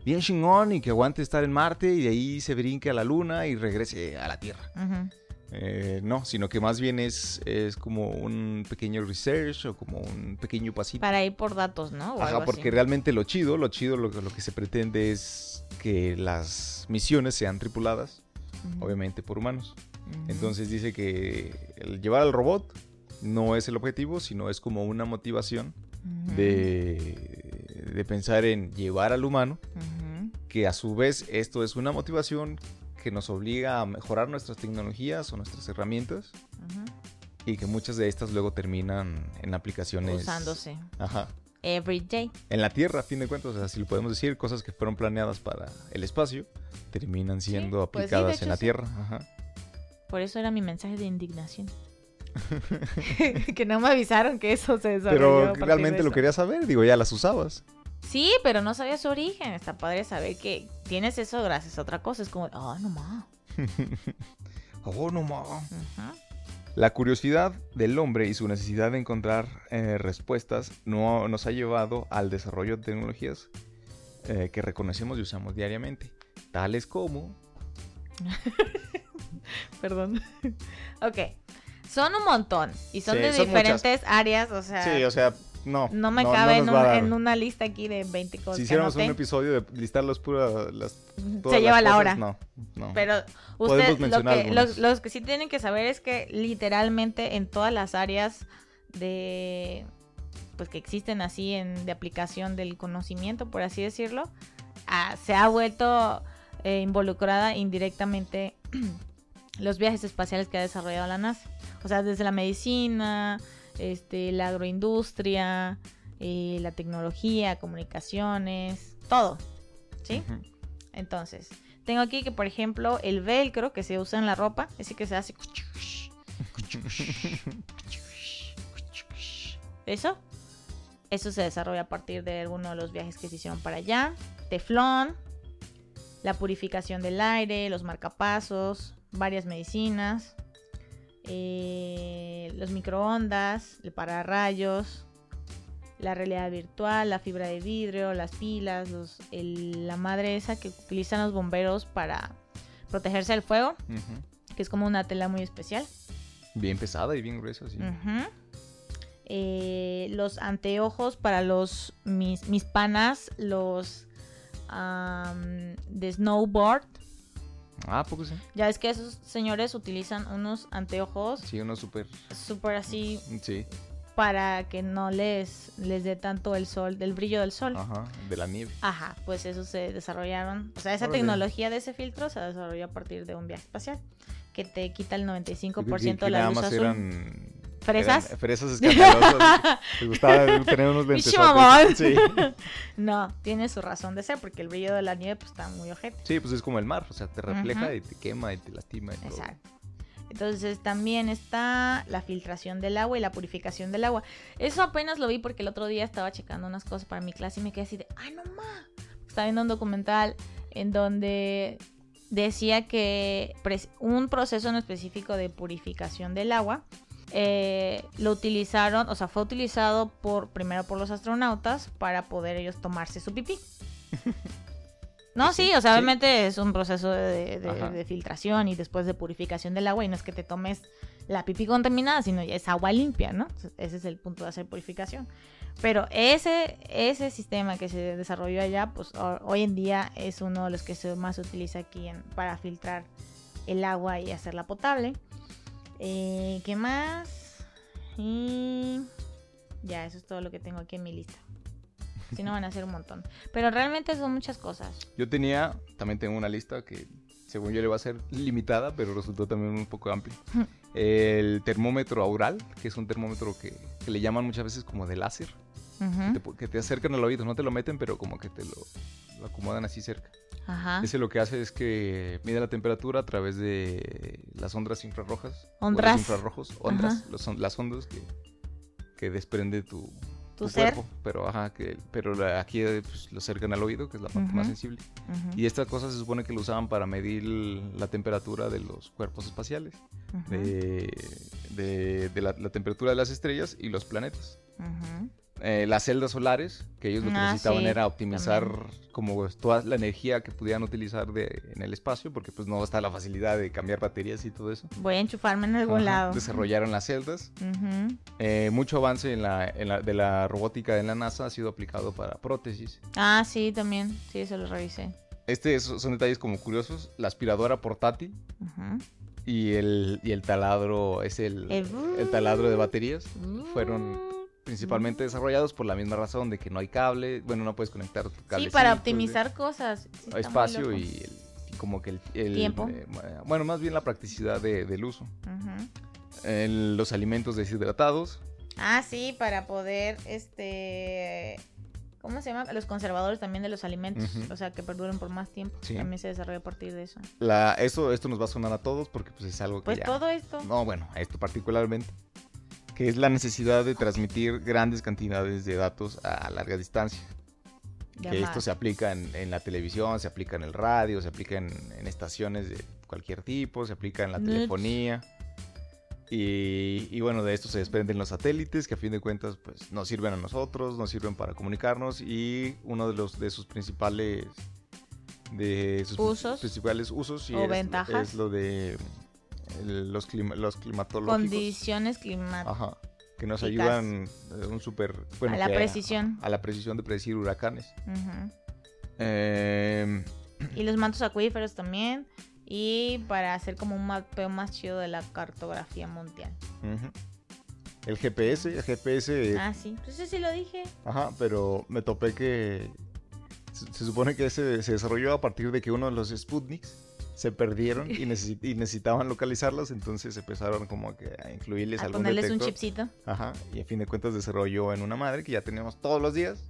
Speaker 1: bien chingón y que aguante estar en Marte y de ahí se brinque a la Luna y regrese a la Tierra.
Speaker 2: Ujú.
Speaker 1: Eh, no, sino que más bien es, es como un pequeño research o como un pequeño pasito.
Speaker 2: Para ir por datos, ¿no? O algo
Speaker 1: Ajá,
Speaker 2: así.
Speaker 1: porque realmente lo chido, lo chido, lo, que- lo que se pretende es que las misiones sean tripuladas,
Speaker 2: Ujú.
Speaker 1: obviamente por humanos.
Speaker 2: Ujú.
Speaker 1: Entonces dice que el llevar al robot no es el objetivo, sino es como una motivación
Speaker 2: Ujú.
Speaker 1: de, de pensar en llevar al humano,
Speaker 2: Ujú.
Speaker 1: que a su vez esto es una motivación que nos obliga a mejorar nuestras tecnologías o nuestras herramientas
Speaker 2: Ujú.
Speaker 1: y que muchas de estas luego terminan en aplicaciones
Speaker 2: Usándose.
Speaker 1: Ajá.
Speaker 2: Every day.
Speaker 1: en la Tierra, a fin de cuentas, o sea, si lo podemos decir, cosas que fueron planeadas para el espacio terminan
Speaker 2: Sí,
Speaker 1: siendo
Speaker 2: pues sí, de
Speaker 1: aplicadas
Speaker 2: hecho,
Speaker 1: en la
Speaker 2: sí.
Speaker 1: Tierra. Ajá.
Speaker 2: Por eso era mi mensaje de indignación. *laughs* que no me avisaron que eso se desarrolló. a
Speaker 1: Pero
Speaker 2: partir de
Speaker 1: realmente lo
Speaker 2: eso.
Speaker 1: quería saber, digo, ya las usabas.
Speaker 2: Sí, pero no sabía su origen. Está padre saber que tienes eso gracias a otra cosa. Es como, ah, no más.
Speaker 1: Oh, no ma. La curiosidad del hombre y su necesidad de encontrar eh, respuestas no, nos ha llevado al desarrollo de tecnologías eh, que reconocemos y usamos diariamente, tales como...
Speaker 2: Perdón. *laughs* ok. Son un montón. Y son
Speaker 1: Sí,
Speaker 2: de
Speaker 1: son muchas.
Speaker 2: diferentes áreas. O sea,
Speaker 1: sea, no.
Speaker 2: Ah. no me cabe en, un- en una lista aquí de 20 cosas.
Speaker 1: Si
Speaker 2: que
Speaker 1: hiciéramos un
Speaker 2: anoté.
Speaker 1: episodio de listar las puras... Las,
Speaker 2: Se lleva la hora.
Speaker 1: No, no.
Speaker 2: Pero
Speaker 1: Podemos
Speaker 2: ustedes lo
Speaker 1: mencionar
Speaker 2: que, los,
Speaker 1: algunas.
Speaker 2: los que sí tienen que saber es que literalmente en todas las áreas de pues que existen así en de aplicación del conocimiento, por así decirlo, ah, se ha vuelto eh, involucrada indirectamente *clears throat* los viajes espaciales que ha desarrollado la NASA. O sea, desde la medicina, este, la agroindustria, eh, la tecnología, comunicaciones, todo. ¿Sí?
Speaker 1: Ujú.
Speaker 2: Entonces, tengo aquí que, por ejemplo, el velcro que se usa en la ropa, ese que se hace. ¿Eso? Eso se desarrolla a partir de alguno de los viajes que se hicieron para allá. Teflón, la purificación del aire, los marcapasos, varias medicinas, eh, los microondas, el pararrayos, la realidad virtual, la fibra de vidrio, las pilas, los- el- la madre esa que utilizan los bomberos para protegerse del fuego,
Speaker 1: Ujú.
Speaker 2: que es como una tela muy especial.
Speaker 1: Bien pesada y bien gruesa, sí.
Speaker 2: Ujú. Eh, los anteojos para los mis, mis panas, los am, de snowboard.
Speaker 1: Ah, ¿a poco sí.
Speaker 2: Ya es que esos señores utilizan unos anteojos
Speaker 1: Sí, uno súper.
Speaker 2: súper así
Speaker 1: Sí.
Speaker 2: para que no les, les dé tanto el sol, del brillo del sol. Ajá.
Speaker 1: Ajá. De la nieve.
Speaker 2: pues eso se desarrollaron. O sea, esa
Speaker 1: Órale.
Speaker 2: tecnología de ese filtro se desarrolló a partir de un viaje espacial que te quita el
Speaker 1: Yo
Speaker 2: 95%
Speaker 1: creo que- que
Speaker 2: de la
Speaker 1: nada
Speaker 2: luz
Speaker 1: más
Speaker 2: azul.
Speaker 1: eran.
Speaker 2: ¿Fresas?
Speaker 1: eran fresas escandalosas. Te gustaba tener unos
Speaker 2: Pinche
Speaker 1: lentes.
Speaker 2: mamón.
Speaker 1: Sí.
Speaker 2: *laughs* No, tiene su razón de ser porque el brillo de la nieve pues está muy ojete.
Speaker 1: sí, pues es como el mar. O sea, te refleja
Speaker 2: Ujú.
Speaker 1: y te quema y te lastima. Y todo.
Speaker 2: Exacto. Entonces también está la filtración del agua y la purificación del agua. Eso apenas lo vi porque el otro día estaba checando unas cosas para mi clase y me quedé así de, ah, no ma. Estaba viendo un documental en donde decía que pres- un proceso en específico de purificación del agua eh, lo utilizaron, o sea, fue utilizado por primero por los astronautas para poder ellos tomarse su *laughs* pipí. No, sí, o sea,
Speaker 1: sí.
Speaker 2: obviamente es un proceso de, de-
Speaker 1: Ajá.
Speaker 2: de filtración y después de purificación del agua y no es que te tomes la pipí contaminada, sino ya es agua limpia, ¿no? Entonces, Ese es el punto de hacer purificación. Pero ese, ese sistema que se desarrolló allá, pues ho- hoy en día es uno de los que se más utiliza aquí en- para filtrar el agua y hacerla potable. Eh, ¿Qué más? Y ya, eso es todo lo que tengo aquí en mi lista. Si no, van a ser un montón. Pero realmente son muchas cosas.
Speaker 1: Yo tenía, también tengo una lista que según yo le va a ser limitada, pero resultó también un poco amplia. El termómetro aural, que es un termómetro que, que le llaman muchas veces como de láser, *laughs*
Speaker 2: Ujú.
Speaker 1: te pu- que te acercan al oído, no te lo meten, pero como que te lo, lo acomodan así cerca.
Speaker 2: Ajá.
Speaker 1: Ese lo que hace es que mide la temperatura a través de las ondas infrarrojas. o los
Speaker 2: Ondas.
Speaker 1: infrarrojos, ondas, los on- las ondas que, que desprende tu,
Speaker 2: Tu ser.
Speaker 1: cuerpo. Pero, ajá, que, pero la- aquí eh, pues, lo acercan al oído, que es la parte más
Speaker 2: Ujú.
Speaker 1: sensible.
Speaker 2: Ujú.
Speaker 1: Y esta cosa se supone que lo usaban para medir la temperatura de los cuerpos espaciales,
Speaker 2: Ujú.
Speaker 1: de, de- de la, la temperatura de las estrellas y los planetas.
Speaker 2: Ujú.
Speaker 1: Eh, las celdas solares, que ellos lo que
Speaker 2: Ah,
Speaker 1: necesitaban
Speaker 2: sí,
Speaker 1: era optimizar como toda la energía que pudieran utilizar de- en el espacio, porque pues no está la facilidad de cambiar baterías y todo eso.
Speaker 2: Voy a enchufarme en algún
Speaker 1: Ajá.
Speaker 2: lado.
Speaker 1: Desarrollaron las celdas.
Speaker 2: Ujú.
Speaker 1: Eh, mucho avance en la- en la- de la robótica en la NASA ha sido aplicado para prótesis.
Speaker 2: Ah, sí, también. Sí, eso lo revisé.
Speaker 1: Este es- son detalles como curiosos. La aspiradora portátil
Speaker 2: Ujú.
Speaker 1: Y el, y el taladro es el,
Speaker 2: El-
Speaker 1: el taladro de baterías.
Speaker 2: Mm,
Speaker 1: Fueron principalmente desarrollados por la misma razón de que no hay cable. Bueno, no puedes conectar tu
Speaker 2: Sí,
Speaker 1: cable.
Speaker 2: para optimizar cosas. Sí, está muy
Speaker 1: Espacio
Speaker 2: loco.
Speaker 1: y, el- y como que el... el-
Speaker 2: Tiempo.
Speaker 1: eh, bueno, más bien la practicidad de- del uso.
Speaker 2: Ujú.
Speaker 1: El- los alimentos deshidratados.
Speaker 2: Ah, sí, para poder, este... ¿Cómo se llama? Los conservadores también de los alimentos.
Speaker 1: Ujú.
Speaker 2: O sea, que perduren por más tiempo.
Speaker 1: Sí.
Speaker 2: También se desarrolla a partir de eso.
Speaker 1: La, eso, esto nos va a sonar a todos porque pues es algo que
Speaker 2: Pues
Speaker 1: ya-
Speaker 2: todo esto.
Speaker 1: No, bueno, a esto particularmente. Que es la necesidad de transmitir grandes cantidades de datos a larga distancia. Que
Speaker 2: llamada.
Speaker 1: esto se aplica en, en la televisión, se aplica en el radio, se aplica en, en estaciones de cualquier tipo, se aplica en la
Speaker 2: Nuts.
Speaker 1: telefonía. Y, y bueno, de esto se desprenden los satélites, que a fin de cuentas pues, nos sirven a nosotros, nos sirven para comunicarnos. Y uno de, los, de sus principales de sus
Speaker 2: Usos.
Speaker 1: principales usos sí,
Speaker 2: O
Speaker 1: es,
Speaker 2: ventajas.
Speaker 1: es lo de el- los, clima- los climatológicos.
Speaker 2: Condiciones climáticas.
Speaker 1: Ajá, que nos
Speaker 2: Eficaz.
Speaker 1: ayudan eh, un super, bueno,
Speaker 2: a la
Speaker 1: que
Speaker 2: precisión.
Speaker 1: a la precisión de predecir huracanes.
Speaker 2: Ujú.
Speaker 1: Eh,
Speaker 2: Y los mantos acuíferos también. Y para hacer como un mapeo más chido de la cartografía mundial.
Speaker 1: ujú. El GPS, el GPS,
Speaker 2: Ah, sí. Entonces sí lo dije.
Speaker 1: ajá, pero me topé que se, se supone que ese se desarrolló a partir de que uno de los Sputniks se perdieron
Speaker 2: *laughs*
Speaker 1: y, necesi- y necesitaban localizarlos, entonces empezaron como que a incluirles
Speaker 2: A
Speaker 1: algún
Speaker 2: ponerles un
Speaker 1: detector.
Speaker 2: chipsito.
Speaker 1: Ajá, y a fin de cuentas desarrolló en una madre que ya tenemos todos los días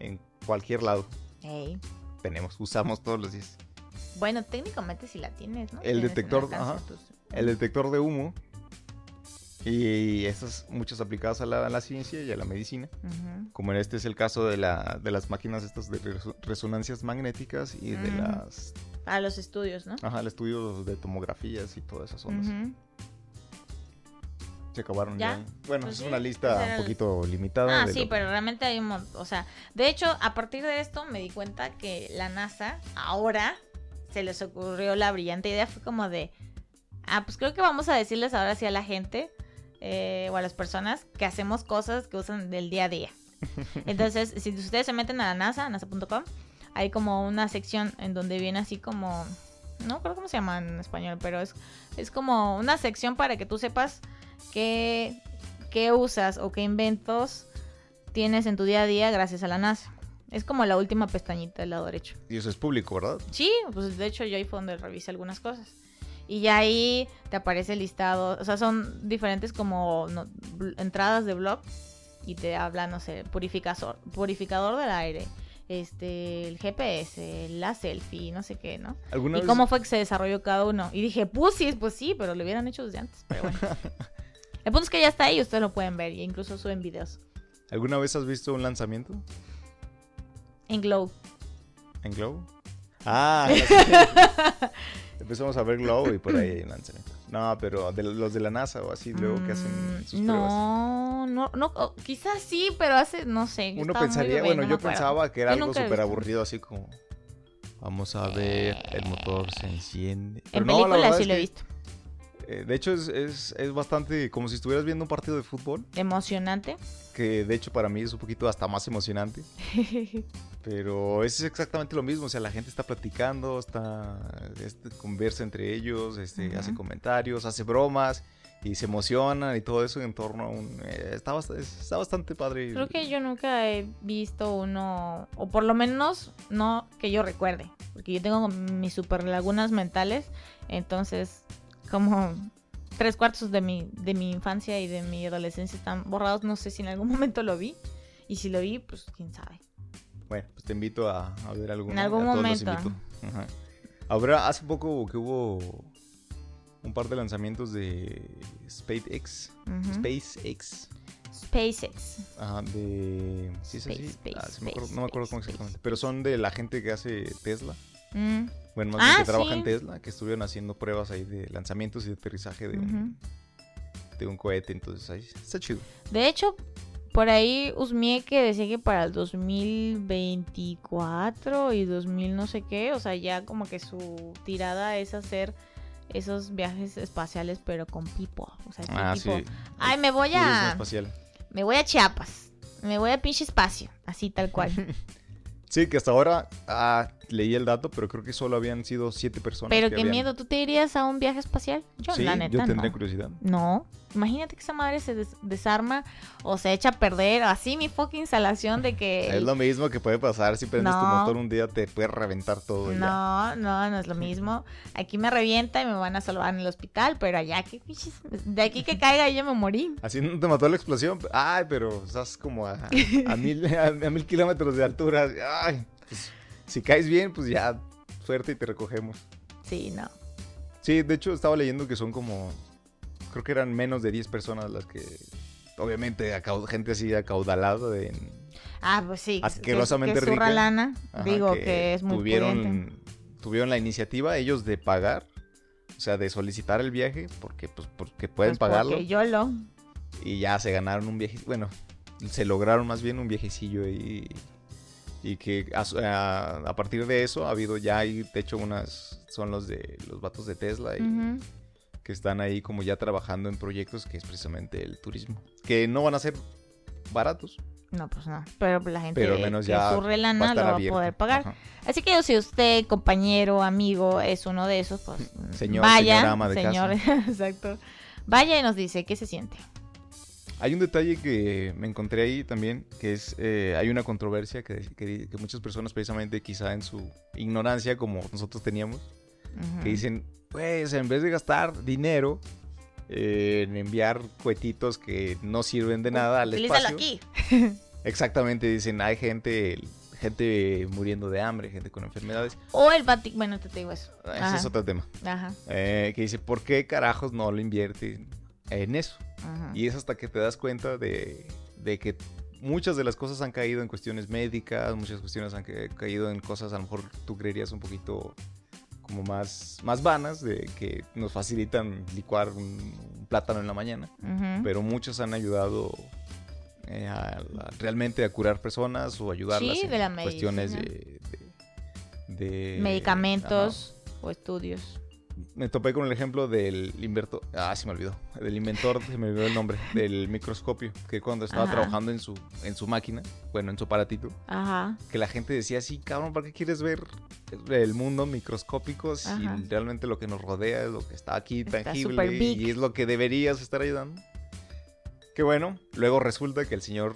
Speaker 1: en cualquier lado.
Speaker 2: Ey.
Speaker 1: Tenemos, usamos todos los días.
Speaker 2: Bueno, técnicamente sí la tienes, ¿no?
Speaker 1: El
Speaker 2: Tienes en
Speaker 1: detector,
Speaker 2: alcance
Speaker 1: ajá.
Speaker 2: tus-
Speaker 1: el detector de humo y estas muchas aplicadas a la, a la ciencia y a la medicina,
Speaker 2: Ujú.
Speaker 1: como en este es el caso de, la, de las máquinas estas de reso- resonancias magnéticas y de
Speaker 2: Ujú.
Speaker 1: las
Speaker 2: A los
Speaker 1: Ah,
Speaker 2: estudios, ¿no?
Speaker 1: pues, ajá, el estudio de tomografías y todas esas ondas.
Speaker 2: Ujú.
Speaker 1: Sí, se acabaron
Speaker 2: ¿Ya?
Speaker 1: ya. Bueno,
Speaker 2: Pues
Speaker 1: es
Speaker 2: sí,
Speaker 1: una lista
Speaker 2: ese era
Speaker 1: un
Speaker 2: el-
Speaker 1: poquito limitada.
Speaker 2: Ah,
Speaker 1: de
Speaker 2: sí,
Speaker 1: lo-
Speaker 2: pero realmente hay un montón. O sea, de hecho, a partir de esto me di cuenta que la NASA ahora se les ocurrió la brillante idea. Fue como de. Ah, pues creo que vamos a decirles ahora sí a la gente eh, o a las personas que hacemos cosas que usan del día a día. Entonces, si ustedes se meten a la NASA, nasa.com, hay como una sección en donde viene así como. No creo cómo se llama en español, pero es, es como una sección para que tú sepas qué, qué usas o qué inventos tienes en tu día a día gracias a la NASA. Es como la última pestañita del lado derecho.
Speaker 1: Y eso es público, ¿verdad?
Speaker 2: Sí, pues de hecho yo ahí fue donde revisé algunas cosas. Y ya ahí te aparece el listado, o sea, son diferentes como no- bl- entradas de blog y te habla, no sé, purificador, purificador del aire, este, el GPS, la selfie, no sé qué, ¿no?
Speaker 1: ¿Alguna
Speaker 2: ¿Y
Speaker 1: vez-
Speaker 2: cómo fue que se desarrolló cada uno? Y dije, pues sí, pues sí, pero lo hubieran hecho desde antes, pero bueno. El punto es que ya está ahí, y ustedes lo pueden ver, e incluso suben videos.
Speaker 1: ¿Alguna vez has visto un lanzamiento
Speaker 2: En Glow.
Speaker 1: en Globo? Ah, las- empezamos a ver Globo y por ahí hay un lanzamiento. No, pero de los de la NASA o así, luego que hacen
Speaker 2: Mm,
Speaker 1: sus pruebas.
Speaker 2: no, no, no, o quizás sí, pero hace, no sé. yo
Speaker 1: Uno
Speaker 2: estaba muy
Speaker 1: pensaría,
Speaker 2: bebé,
Speaker 1: bueno,
Speaker 2: no me
Speaker 1: yo
Speaker 2: acuerdo.
Speaker 1: pensaba que era
Speaker 2: Yo
Speaker 1: algo
Speaker 2: nunca he
Speaker 1: súper
Speaker 2: visto.
Speaker 1: aburrido, así como. Vamos a ver, el motor se enciende. Pero
Speaker 2: En
Speaker 1: no, la
Speaker 2: películas
Speaker 1: verdad
Speaker 2: sí
Speaker 1: es
Speaker 2: lo he
Speaker 1: que,
Speaker 2: visto.
Speaker 1: eh, de hecho, es, es, es bastante como si estuvieras viendo un partido de fútbol,
Speaker 2: Emocionante.
Speaker 1: que de hecho para mí es un poquito hasta más
Speaker 2: *laughs*
Speaker 1: emocionante. Pero es exactamente lo mismo, o sea, la gente está platicando, está este, conversa entre ellos, este,
Speaker 2: Ujú.
Speaker 1: hace comentarios, hace bromas y se emocionan y todo eso en torno a un... eh, está, bast- es- está bastante padre.
Speaker 2: Creo que yo nunca he visto uno, o por lo menos no que yo recuerde, porque yo tengo mis super lagunas mentales, entonces como tres cuartos de mi, de mi infancia y de mi adolescencia están borrados, no sé si en algún *laughs* momento lo vi, y si lo vi, pues quién sabe.
Speaker 1: Bueno, pues te invito a, a ver alguno.
Speaker 2: En algún
Speaker 1: a todos los
Speaker 2: momento.
Speaker 1: invito. Ajá. Habrá, hace poco que hubo un par de lanzamientos de SpaceX.
Speaker 2: Ujú.
Speaker 1: SpaceX.
Speaker 2: SpaceX.
Speaker 1: Ajá, de... ¿Sí es así?
Speaker 2: Space,
Speaker 1: Ah,
Speaker 2: space,
Speaker 1: sí me acuerdo-
Speaker 2: space,
Speaker 1: no me acuerdo
Speaker 2: space,
Speaker 1: cómo
Speaker 2: space.
Speaker 1: exactamente. Pero son de la gente que hace Tesla.
Speaker 2: Mm,
Speaker 1: Bueno, más bien
Speaker 2: Ah,
Speaker 1: que trabaja
Speaker 2: sí.
Speaker 1: en Tesla, que estuvieron haciendo pruebas ahí de lanzamientos y de aterrizaje de, un, de un cohete. Entonces, ahí está chido.
Speaker 2: ujú. De hecho, por ahí Usmie que decía que para el 2024 y 2000 no sé qué, o sea, ya como que su tirada es hacer esos viajes espaciales pero con pipo, o sea, sí, tipo, ay, me voy
Speaker 1: Ah, Turismo
Speaker 2: a
Speaker 1: espacial.
Speaker 2: me voy a Chiapas, me voy a pinche espacio, así tal
Speaker 1: *laughs*
Speaker 2: cual.
Speaker 1: Sí, que hasta ahora ah, leí el dato, pero creo que solo habían sido siete personas.
Speaker 2: pero
Speaker 1: que
Speaker 2: qué
Speaker 1: habían-
Speaker 2: miedo, ¿tú te irías a un viaje espacial? Yo
Speaker 1: Sí,
Speaker 2: la neta
Speaker 1: yo tendría
Speaker 2: no.
Speaker 1: curiosidad.
Speaker 2: No, imagínate que esa madre se des- desarma o se echa a perder, así mi fucking instalación de que
Speaker 1: Es
Speaker 2: el-
Speaker 1: lo mismo que puede pasar si prendes tu
Speaker 2: No.
Speaker 1: motor un día, te puede reventar todo. y ya.
Speaker 2: No, no, no es lo mismo. Aquí me revienta y me van a salvar en el hospital, pero allá que pinches- de aquí que caiga yo me morí.
Speaker 1: Así no te mató la explosión. Ay, pero estás como a,
Speaker 2: *laughs*
Speaker 1: a mil, a, a mil kilómetros de altura. Ay, pues, si caes bien, pues ya, suerte y te recogemos.
Speaker 2: Sí, no.
Speaker 1: Sí, de hecho estaba leyendo que son como, creo que eran menos de 10 personas las que, obviamente, acau- gente así acaudalada, de,
Speaker 2: Ah, pues sí. que-
Speaker 1: Asquerosamente
Speaker 2: que zurra
Speaker 1: rica.
Speaker 2: lana.
Speaker 1: ajá,
Speaker 2: digo que, es muy pudiente.
Speaker 1: tuvieron, tuvieron la iniciativa ellos de pagar, o sea, de solicitar el viaje, porque pues porque pueden
Speaker 2: Pues
Speaker 1: pagarlo
Speaker 2: Porque yo lo.
Speaker 1: y ya se ganaron un viaje, bueno, se lograron más bien un viejecillo y y que a, su- a- a partir de eso ha habido ya, y de hecho unas son los de los vatos de Tesla y
Speaker 2: Ujú.
Speaker 1: que están ahí como ya trabajando en proyectos que es precisamente el turismo. Que no van a ser baratos,
Speaker 2: No, pues no. Pero la gente
Speaker 1: pero al menos
Speaker 2: que
Speaker 1: ya
Speaker 2: zurre
Speaker 1: va a
Speaker 2: lana lo
Speaker 1: estar
Speaker 2: va
Speaker 1: abierto.
Speaker 2: a poder pagar.
Speaker 1: Ajá.
Speaker 2: Así que si usted, compañero, amigo, es uno de esos, pues
Speaker 1: Señor,
Speaker 2: vaya,
Speaker 1: señora ama de
Speaker 2: señor, *laughs* exacto. Vaya y nos dice qué se siente.
Speaker 1: Hay un detalle que me encontré ahí también, que es, eh, hay una controversia que, que di- que muchas personas precisamente quizá en su ignorancia como nosotros teníamos,
Speaker 2: Ujú.
Speaker 1: que dicen, pues en vez de gastar dinero eh, en enviar cohetitos que no sirven de nada al
Speaker 2: Utilízalo
Speaker 1: espacio.
Speaker 2: aquí.
Speaker 1: Exactamente, dicen, hay gente, gente muriendo de hambre, gente con enfermedades. Ah,
Speaker 2: O el Vaticano. Bueno, te, te digo eso.
Speaker 1: Ese
Speaker 2: Ajá.
Speaker 1: es otro tema.
Speaker 2: Ajá.
Speaker 1: Eh, que dice, ¿por qué carajos no lo invierten en eso?
Speaker 2: ajá.
Speaker 1: Y es hasta que te das cuenta de, de que muchas de las cosas han caído en cuestiones médicas, muchas cuestiones han ca- caído en cosas a lo mejor tú creerías un poquito como más, más vanas, de que nos facilitan licuar un, un plátano en la mañana,
Speaker 2: Ujú.
Speaker 1: pero muchos han ayudado eh, a la- realmente a curar personas o ayudarlas
Speaker 2: Sí,
Speaker 1: en
Speaker 2: de la
Speaker 1: cuestiones
Speaker 2: medicina.
Speaker 1: de, de- de-
Speaker 2: Medicamentos o estudios.
Speaker 1: Ajá. Me topé con el ejemplo del inverto, ah, se me olvidó, del inventor, se me olvidó el nombre, del microscopio, que cuando estaba
Speaker 2: Ajá.
Speaker 1: trabajando en su en su máquina, bueno, en su aparatito,
Speaker 2: Ajá.
Speaker 1: que la gente decía, sí, cabrón, ¿para qué quieres ver el mundo microscópico si
Speaker 2: Ajá.
Speaker 1: realmente lo que nos rodea es lo que está aquí
Speaker 2: Está
Speaker 1: tangible
Speaker 2: súper big.
Speaker 1: y es lo que deberías estar ayudando? Que bueno, luego resulta que el señor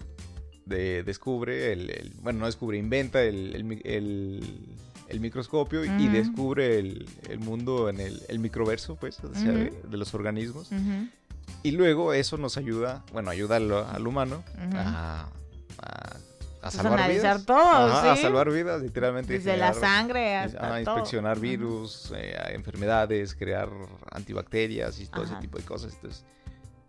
Speaker 1: de- descubre, el, el- bueno, no descubre, inventa el, el mi- el- el microscopio y
Speaker 2: Ujú.
Speaker 1: descubre el, el mundo en el, el microverso, pues, o sea, de, de los organismos.
Speaker 2: Ujú.
Speaker 1: Y luego eso nos ayuda, bueno, ayuda al, al humano
Speaker 2: Ujú.
Speaker 1: a, a- a
Speaker 2: Pues
Speaker 1: salvar
Speaker 2: analizar
Speaker 1: vidas.
Speaker 2: todo,
Speaker 1: Ajá, A
Speaker 2: sí.
Speaker 1: salvar vidas, literalmente.
Speaker 2: Desde
Speaker 1: generar-
Speaker 2: la sangre
Speaker 1: es-
Speaker 2: hasta
Speaker 1: ajá,
Speaker 2: todo.
Speaker 1: inspeccionar
Speaker 2: Ajá.
Speaker 1: virus, eh, a enfermedades, crear antibacterias y todo ese
Speaker 2: Ajá.
Speaker 1: tipo de cosas. Entonces,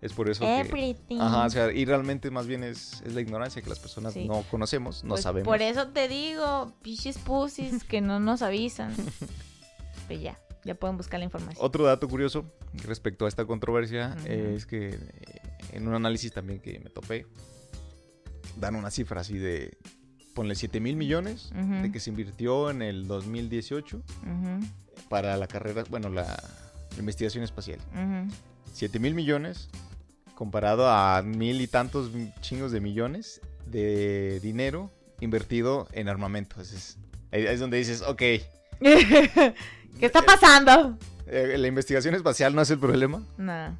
Speaker 1: es por eso que...
Speaker 2: Everything.
Speaker 1: Ajá, o sea, y realmente más bien es, es la ignorancia que las personas
Speaker 2: Sí.
Speaker 1: no conocemos, no
Speaker 2: Pues
Speaker 1: sabemos.
Speaker 2: Por eso te digo, pichis pusis que no
Speaker 1: *laughs*
Speaker 2: nos avisan. Pues ya, ya pueden buscar la información.
Speaker 1: Otro dato curioso respecto a esta controversia
Speaker 2: Ujú.
Speaker 1: eh, es que eh, en un análisis también que me topé, dan una cifra así de, ponle 7 mil millones
Speaker 2: Ujú.
Speaker 1: de que se invirtió en el 2018
Speaker 2: Ujú,
Speaker 1: para la carrera, bueno, la investigación espacial.
Speaker 2: ujú.
Speaker 1: 7 mil millones comparado a mil y tantos chingos de millones de dinero invertido en armamento. Entonces, ahí es donde dices, ok, eh,
Speaker 2: *laughs* ¿Qué está pasando?
Speaker 1: eh, la investigación espacial no es el problema.
Speaker 2: Nada.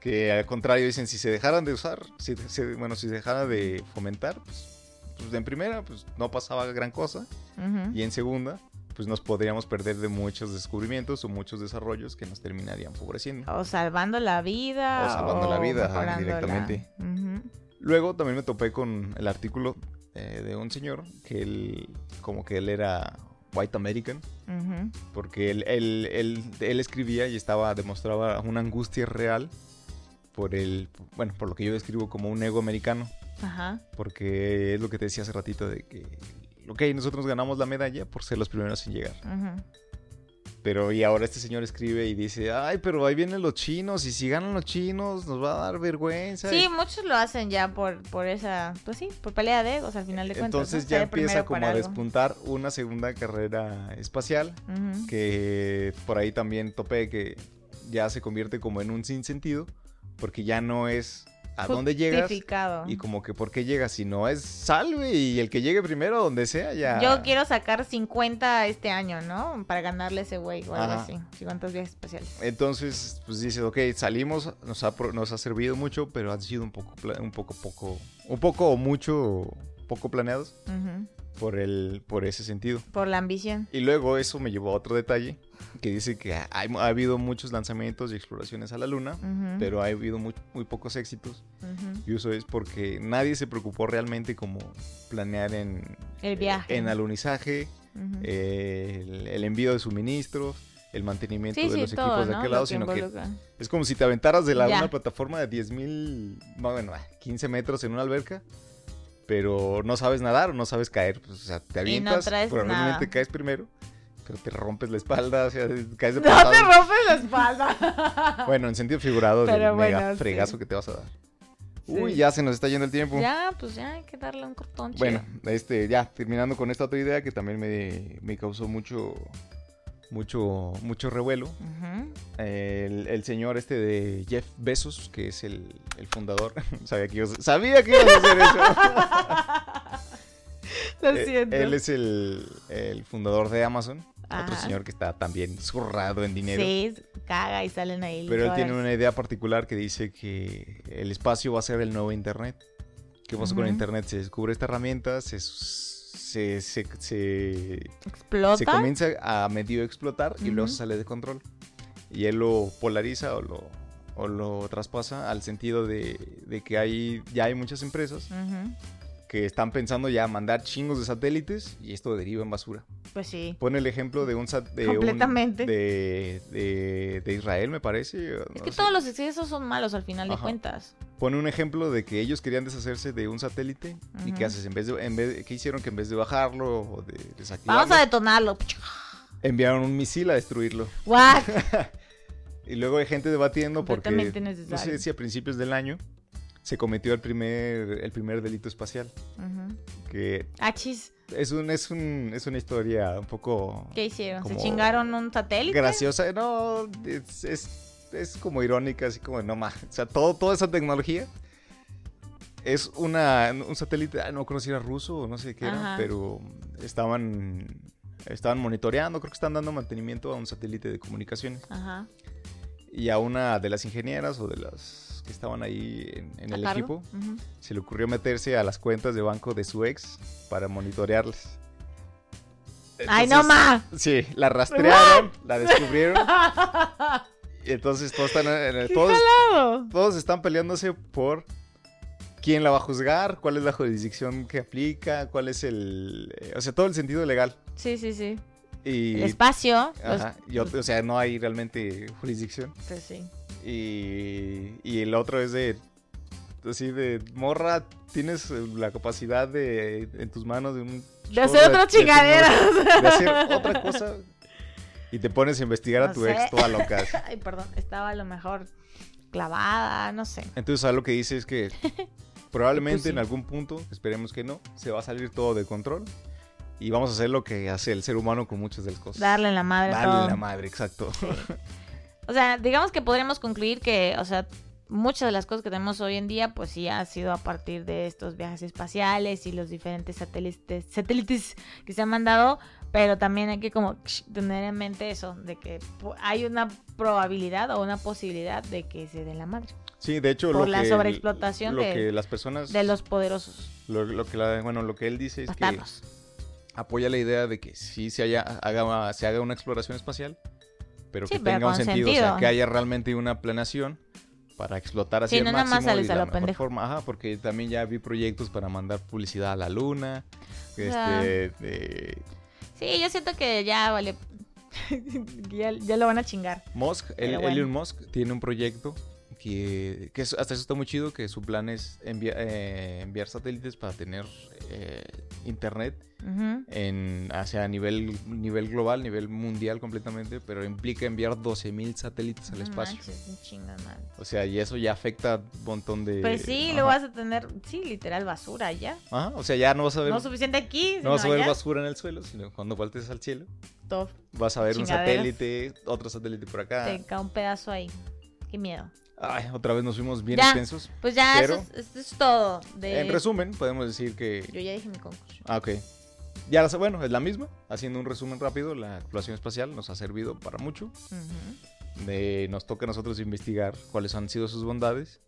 Speaker 1: Que al contrario dicen, si se dejaran de usar, si, se- bueno, si se dejara de fomentar, pues, pues, en primera, pues no pasaba gran cosa.
Speaker 2: Ujú.
Speaker 1: Y en segunda, pues nos podríamos perder de muchos descubrimientos o muchos desarrollos que nos terminarían empobreciendo.
Speaker 2: O salvando la vida.
Speaker 1: O salvando la vida, ajá,
Speaker 2: mejorándola.
Speaker 1: directamente.
Speaker 2: Ujú.
Speaker 1: Luego también me topé con el artículo eh, de un señor que él, como que él era white American,
Speaker 2: Ujú.
Speaker 1: porque él, él- él- él escribía y estaba, demostraba una angustia real por el, bueno, por lo que yo describo como un ego americano.
Speaker 2: Ajá.
Speaker 1: Porque es lo que te decía hace ratito de que, ok, nosotros ganamos la medalla por ser los primeros en llegar.
Speaker 2: ujú.
Speaker 1: Pero y ahora este señor escribe y dice, ay, pero ahí vienen los chinos y si ganan los chinos nos va a dar vergüenza.
Speaker 2: Sí,
Speaker 1: Y-
Speaker 2: muchos lo hacen ya por, por esa, pues sí, por pelea de egos al final de cuentas.
Speaker 1: Entonces
Speaker 2: ¿no?
Speaker 1: ya
Speaker 2: Ser
Speaker 1: empieza
Speaker 2: primero
Speaker 1: como
Speaker 2: para
Speaker 1: a
Speaker 2: algo.
Speaker 1: despuntar una segunda carrera espacial
Speaker 2: Ujú.
Speaker 1: que por ahí también topé que ya se convierte como en un sinsentido porque ya no es a dónde llegas
Speaker 2: Justificado.
Speaker 1: y como que por qué llegas, sino es salve y el que llegue primero donde sea ya.
Speaker 2: Yo quiero sacar 50 este año, ¿no? Para ganarle a ese güey o algo
Speaker 1: Ajá.
Speaker 2: así. 50 viajes especiales.
Speaker 1: Entonces, pues dices, ok, salimos, nos ha, pro- nos ha servido mucho, pero han sido un poco, pla- un poco, poco, un poco o mucho, poco planeados
Speaker 2: Ujú.
Speaker 1: por, el, por ese sentido.
Speaker 2: Por la ambición.
Speaker 1: Y luego eso me llevó a otro detalle, que dice que ha, ha habido muchos lanzamientos y exploraciones a la luna,
Speaker 2: Ujú.
Speaker 1: pero ha habido muy, muy pocos éxitos.
Speaker 2: Ujú.
Speaker 1: Y eso es porque nadie se preocupó realmente como planear en... eh,
Speaker 2: El viaje.
Speaker 1: En alunizaje,
Speaker 2: Ujú.
Speaker 1: eh, el, el envío de suministros, el mantenimiento
Speaker 2: sí,
Speaker 1: de
Speaker 2: sí,
Speaker 1: los
Speaker 2: todo,
Speaker 1: equipos de
Speaker 2: ¿no?
Speaker 1: aquel
Speaker 2: Lo
Speaker 1: lado,
Speaker 2: que
Speaker 1: sino que
Speaker 2: *laughs* involucra.
Speaker 1: es como si te aventaras de la,
Speaker 2: Ya.
Speaker 1: una plataforma de 10.000, no, bueno, ah, 15 metros en una alberca, pero no sabes nadar o no sabes caer. pues, o sea, te
Speaker 2: Y no
Speaker 1: avientas,
Speaker 2: traes
Speaker 1: probablemente
Speaker 2: nada.
Speaker 1: caes primero, pero te rompes la espalda, o sea, caes de
Speaker 2: No
Speaker 1: pasado.
Speaker 2: te rompes
Speaker 1: *laughs*
Speaker 2: la espalda.
Speaker 1: Bueno, en sentido figurado del
Speaker 2: Pero
Speaker 1: mega
Speaker 2: bueno, sí.
Speaker 1: fregazo que te vas a dar. Uy,
Speaker 2: Sí.
Speaker 1: ya se nos está yendo el tiempo.
Speaker 2: Ya, pues ya hay que darle un cortón. chido.
Speaker 1: Bueno, este, ya, terminando con esta otra idea que también me, me causó mucho, mucho, mucho revuelo. *laughs*
Speaker 2: Ujú.
Speaker 1: El, el señor este de Jeff Bezos, que es el, el fundador. *laughs* sabía, que ibas, sabía que ibas a hacer
Speaker 2: *laughs*
Speaker 1: eso.
Speaker 2: Lo
Speaker 1: Eh,
Speaker 2: siento.
Speaker 1: Él es el, el fundador de Amazon. Otro
Speaker 2: Ajá.
Speaker 1: señor que está también zurrado en dinero.
Speaker 2: Sí, caga y salen ahí.
Speaker 1: Pero él
Speaker 2: todas.
Speaker 1: tiene una idea particular que dice que el espacio va a ser el nuevo Internet. ¿Qué pasó con
Speaker 2: Ujú.
Speaker 1: Internet? Se descubre esta herramienta, se, se, se, se-
Speaker 2: ¿Explota?
Speaker 1: se comienza a medio explotar y luego
Speaker 2: Ujú.
Speaker 1: se sale de control. Y él lo polariza o lo, o lo traspasa al sentido de, de que hay, ya hay muchas empresas
Speaker 2: Ujú.
Speaker 1: que están pensando ya mandar chingos de satélites y esto deriva en basura.
Speaker 2: Pues sí.
Speaker 1: Pone el ejemplo de un... sat- de un-
Speaker 2: Completamente.
Speaker 1: de, de- de Israel, me parece. o
Speaker 2: Es
Speaker 1: no
Speaker 2: que
Speaker 1: sé.
Speaker 2: todos los excesos son malos al final de
Speaker 1: Ajá.
Speaker 2: cuentas.
Speaker 1: Pone un ejemplo de que ellos querían deshacerse de un satélite y
Speaker 2: Ujú.
Speaker 1: qué haces en vez de en vez qué hicieron que en vez de bajarlo o de desactivarlo
Speaker 2: Vamos a detonarlo.
Speaker 1: *laughs* enviaron un misil a destruirlo.
Speaker 2: What?
Speaker 1: Y luego hay gente debatiendo porque
Speaker 2: Completamente
Speaker 1: no sé
Speaker 2: necesario.
Speaker 1: si a principios del año se cometió el primer, el primer delito espacial.
Speaker 2: Ujú.
Speaker 1: Que
Speaker 2: Ah, chis,
Speaker 1: es, un, es, un, es una historia un poco
Speaker 2: ¿qué hicieron? ¿Se
Speaker 1: Como-
Speaker 2: chingaron un satélite?
Speaker 1: graciosa. No, es, es- es como irónica, así como, no más. O sea, todo, toda esa tecnología es una, un satélite, ah, no creo si era ruso o no sé qué era,
Speaker 2: Ajá.
Speaker 1: pero estaban, estaban monitoreando, creo que están dando mantenimiento a un satélite de comunicaciones.
Speaker 2: Ajá.
Speaker 1: Y a una de las ingenieras o de las que estaban ahí en, en
Speaker 2: ¿A
Speaker 1: el
Speaker 2: cargo?
Speaker 1: equipo,
Speaker 2: Ujú.
Speaker 1: se le ocurrió meterse a las cuentas de banco de su ex para monitorearlas.
Speaker 2: ¡Ay,
Speaker 1: Entonces,
Speaker 2: no más!
Speaker 1: Sí, la rastrearon, la
Speaker 2: *laughs*
Speaker 1: descubrieron. y entonces todos están, en el-
Speaker 2: ¡Qué
Speaker 1: todos,
Speaker 2: jalado!
Speaker 1: todos están peleándose por quién la va a juzgar, cuál es la jurisdicción que aplica, cuál es el. eh, O sea, todo el sentido legal.
Speaker 2: Sí, sí, sí. El
Speaker 1: Y.
Speaker 2: espacio. los-
Speaker 1: Ajá, y ot- o sea, no hay realmente jurisdicción.
Speaker 2: pues sí.
Speaker 1: Y, y el otro es de. Así de. Morra, tienes eh, la capacidad de. En tus manos de un.
Speaker 2: De
Speaker 1: chorro
Speaker 2: hacer otra
Speaker 1: de
Speaker 2: chingadera.
Speaker 1: tecnología, De hacer otra cosa. Y te pones a investigar a
Speaker 2: No
Speaker 1: tu
Speaker 2: sé.
Speaker 1: ex toda loca. así.
Speaker 2: Ay, perdón, estaba a lo mejor clavada, no sé.
Speaker 1: Entonces, algo que dice es
Speaker 2: *laughs*
Speaker 1: que. Probablemente
Speaker 2: Pues sí.
Speaker 1: en algún punto, esperemos que no, se va a salir todo de control. Y vamos a hacer lo que hace el ser humano con muchas de las cosas.
Speaker 2: Darle en la madre. a
Speaker 1: Darle
Speaker 2: todo.
Speaker 1: la madre, exacto. *laughs*
Speaker 2: O sea, digamos que podríamos concluir que, o sea, muchas de las cosas que tenemos hoy en día, pues sí ha sido a partir de estos viajes espaciales y los diferentes satélites, satélites que se han mandado, pero también hay que como tener en mente eso, de que pu- hay una probabilidad o una posibilidad de que se dé la madre
Speaker 1: Sí, de hecho,
Speaker 2: Por
Speaker 1: lo
Speaker 2: la
Speaker 1: que,
Speaker 2: sobreexplotación
Speaker 1: lo
Speaker 2: de-
Speaker 1: que las personas.
Speaker 2: de los poderosos
Speaker 1: Lo, lo que la- bueno, lo que él dice Pues es que.
Speaker 2: bastardos.
Speaker 1: apoya la idea de que sí se, haya, haga, se haga una exploración espacial, pero
Speaker 2: Sí,
Speaker 1: que
Speaker 2: pero
Speaker 1: tenga un
Speaker 2: con
Speaker 1: sentido, o sea,
Speaker 2: sentido.
Speaker 1: que haya realmente una planeación para explotar así
Speaker 2: Sí,
Speaker 1: el
Speaker 2: no nada más
Speaker 1: máximo y
Speaker 2: sales
Speaker 1: de
Speaker 2: a
Speaker 1: la
Speaker 2: lo
Speaker 1: mejor
Speaker 2: pendejo.
Speaker 1: forma. Ajá, porque también ya vi proyectos para mandar publicidad a la luna, este,
Speaker 2: sea,
Speaker 1: de-
Speaker 2: Sí, yo siento que ya vale. *laughs* que ya, ya lo van a chingar.
Speaker 1: Musk, el-
Speaker 2: Pero bueno.
Speaker 1: Elon Musk tiene un proyecto que, que es- hasta eso está muy chido, que su plan es envia- eh, enviar satélites para tener eh, internet
Speaker 2: Ujú.
Speaker 1: en, hacia nivel, nivel global, nivel mundial completamente, pero implica enviar 12.000 satélites al
Speaker 2: No
Speaker 1: espacio.
Speaker 2: manches, un chingo de madre.
Speaker 1: O sea, y eso ya afecta un montón de...
Speaker 2: Pues sí,
Speaker 1: ajá.
Speaker 2: lo vas a tener, sí, literal basura ya.
Speaker 1: Ajá, o sea, ya no vas a ver,
Speaker 2: No
Speaker 1: no
Speaker 2: suficiente aquí, sino
Speaker 1: vas a ver
Speaker 2: allá.
Speaker 1: basura en el suelo, sino cuando faltes al cielo,
Speaker 2: Top,
Speaker 1: vas a ver un
Speaker 2: Chingaderas.
Speaker 1: satélite, otro satélite por acá.
Speaker 2: te cae un pedazo ahí. Qué miedo.
Speaker 1: Ay, otra vez nos fuimos bien
Speaker 2: Ya.
Speaker 1: extensos.
Speaker 2: Pues ya,
Speaker 1: Pero-
Speaker 2: eso, es, eso es todo. De...
Speaker 1: En resumen, podemos decir que...
Speaker 2: Yo ya dije mi conclusión.
Speaker 1: Ah, ok. Ya, la- bueno, es la misma. Haciendo un resumen rápido, la exploración espacial nos ha servido para mucho.
Speaker 2: Ujú.
Speaker 1: de- nos toca a nosotros investigar cuáles han sido sus bondades.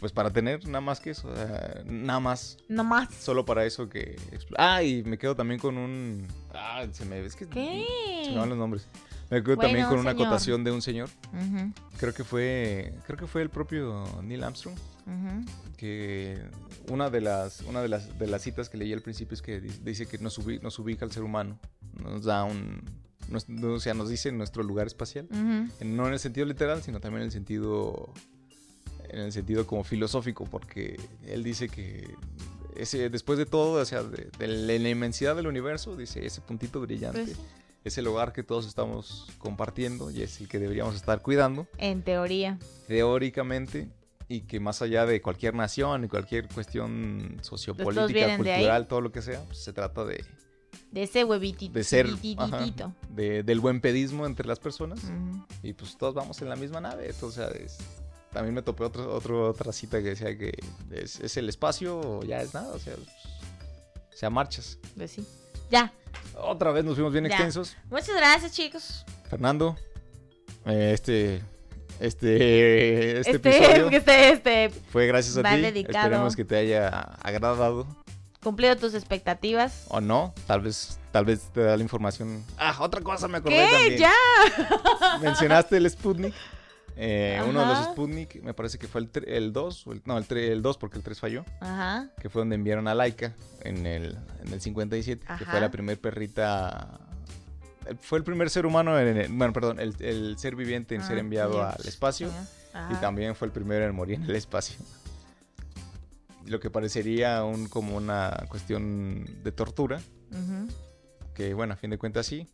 Speaker 1: Pues para tener nada más que eso, o sea, nada más,
Speaker 2: No más.
Speaker 1: solo para eso que... expl- Ah, y me quedo también con un... Ah, se me... Es que
Speaker 2: ¿Qué?
Speaker 1: se me van los nombres. Me quedo también
Speaker 2: Bueno,
Speaker 1: con
Speaker 2: un
Speaker 1: una
Speaker 2: señor.
Speaker 1: acotación de un señor.
Speaker 2: Ujú,
Speaker 1: Creo que fue... Creo que fue el propio Neil Armstrong.
Speaker 2: ujú.
Speaker 1: Que una de las, una de las, de las citas que leí al principio es que di- dice que nos, ubi- nos ubica al ser humano. Nos da un... nos- o sea, nos dice nuestro lugar espacial.
Speaker 2: Ujú.
Speaker 1: En- no en el sentido literal, sino también en el sentido en el sentido como filosófico, porque él dice que ese después de todo, o sea, de, de la la inmensidad del universo, dice, ese puntito brillante
Speaker 2: Pues sí,
Speaker 1: es el hogar que todos estamos compartiendo y es el que deberíamos estar cuidando
Speaker 2: en teoría.
Speaker 1: teóricamente y que más allá de cualquier nación y cualquier cuestión sociopolítica,
Speaker 2: vienen de ahí.
Speaker 1: cultural, todo lo que sea, pues, se trata de,
Speaker 2: De ese huevitito.
Speaker 1: de ser ajá,
Speaker 2: huevitititito.
Speaker 1: de- del buen pedismo entre las personas.
Speaker 2: Ujú.
Speaker 1: Y pues todos vamos en la misma nave. entonces, o sea, es- también me topé otro, otro- otra cita que decía que es, es el espacio o ya es nada. O sea, pues, o sea, marchas.
Speaker 2: Pues sí. Ya.
Speaker 1: Otra vez nos fuimos bien
Speaker 2: Ya.
Speaker 1: extensos.
Speaker 2: Muchas gracias, chicos.
Speaker 1: Fernando, eh, este, este, este,
Speaker 2: *laughs* este,
Speaker 1: episodio
Speaker 2: este, este,
Speaker 1: fue gracias a
Speaker 2: va
Speaker 1: ti.
Speaker 2: dedicado.
Speaker 1: Esperemos que te haya agradado
Speaker 2: cumplido tus expectativas.
Speaker 1: o no. Tal vez, tal vez te da la información. Ah, otra cosa me acordé
Speaker 2: ¿Qué?
Speaker 1: también.
Speaker 2: ¿Ya?
Speaker 1: Mencionaste el Sputnik. eh, uno de los
Speaker 2: Ajá.
Speaker 1: Sputnik, me parece que fue el, tre- el 2, o el- no, el, tre- el 2 porque el 3 falló,
Speaker 2: Ajá.
Speaker 1: que fue donde enviaron a Laika en el, en el 57, que
Speaker 2: Ajá.
Speaker 1: fue la primer perrita, eh, fue el primer ser humano, en, en- bueno, perdón, el, el ser viviente en ser
Speaker 2: Ah,
Speaker 1: enviado
Speaker 2: ya.
Speaker 1: al espacio
Speaker 2: Ajá.
Speaker 1: y también fue el primero en morir en el espacio. Lo que parecería un, como una cuestión de tortura,
Speaker 2: Ujú.
Speaker 1: que bueno, a fin de cuentas sí.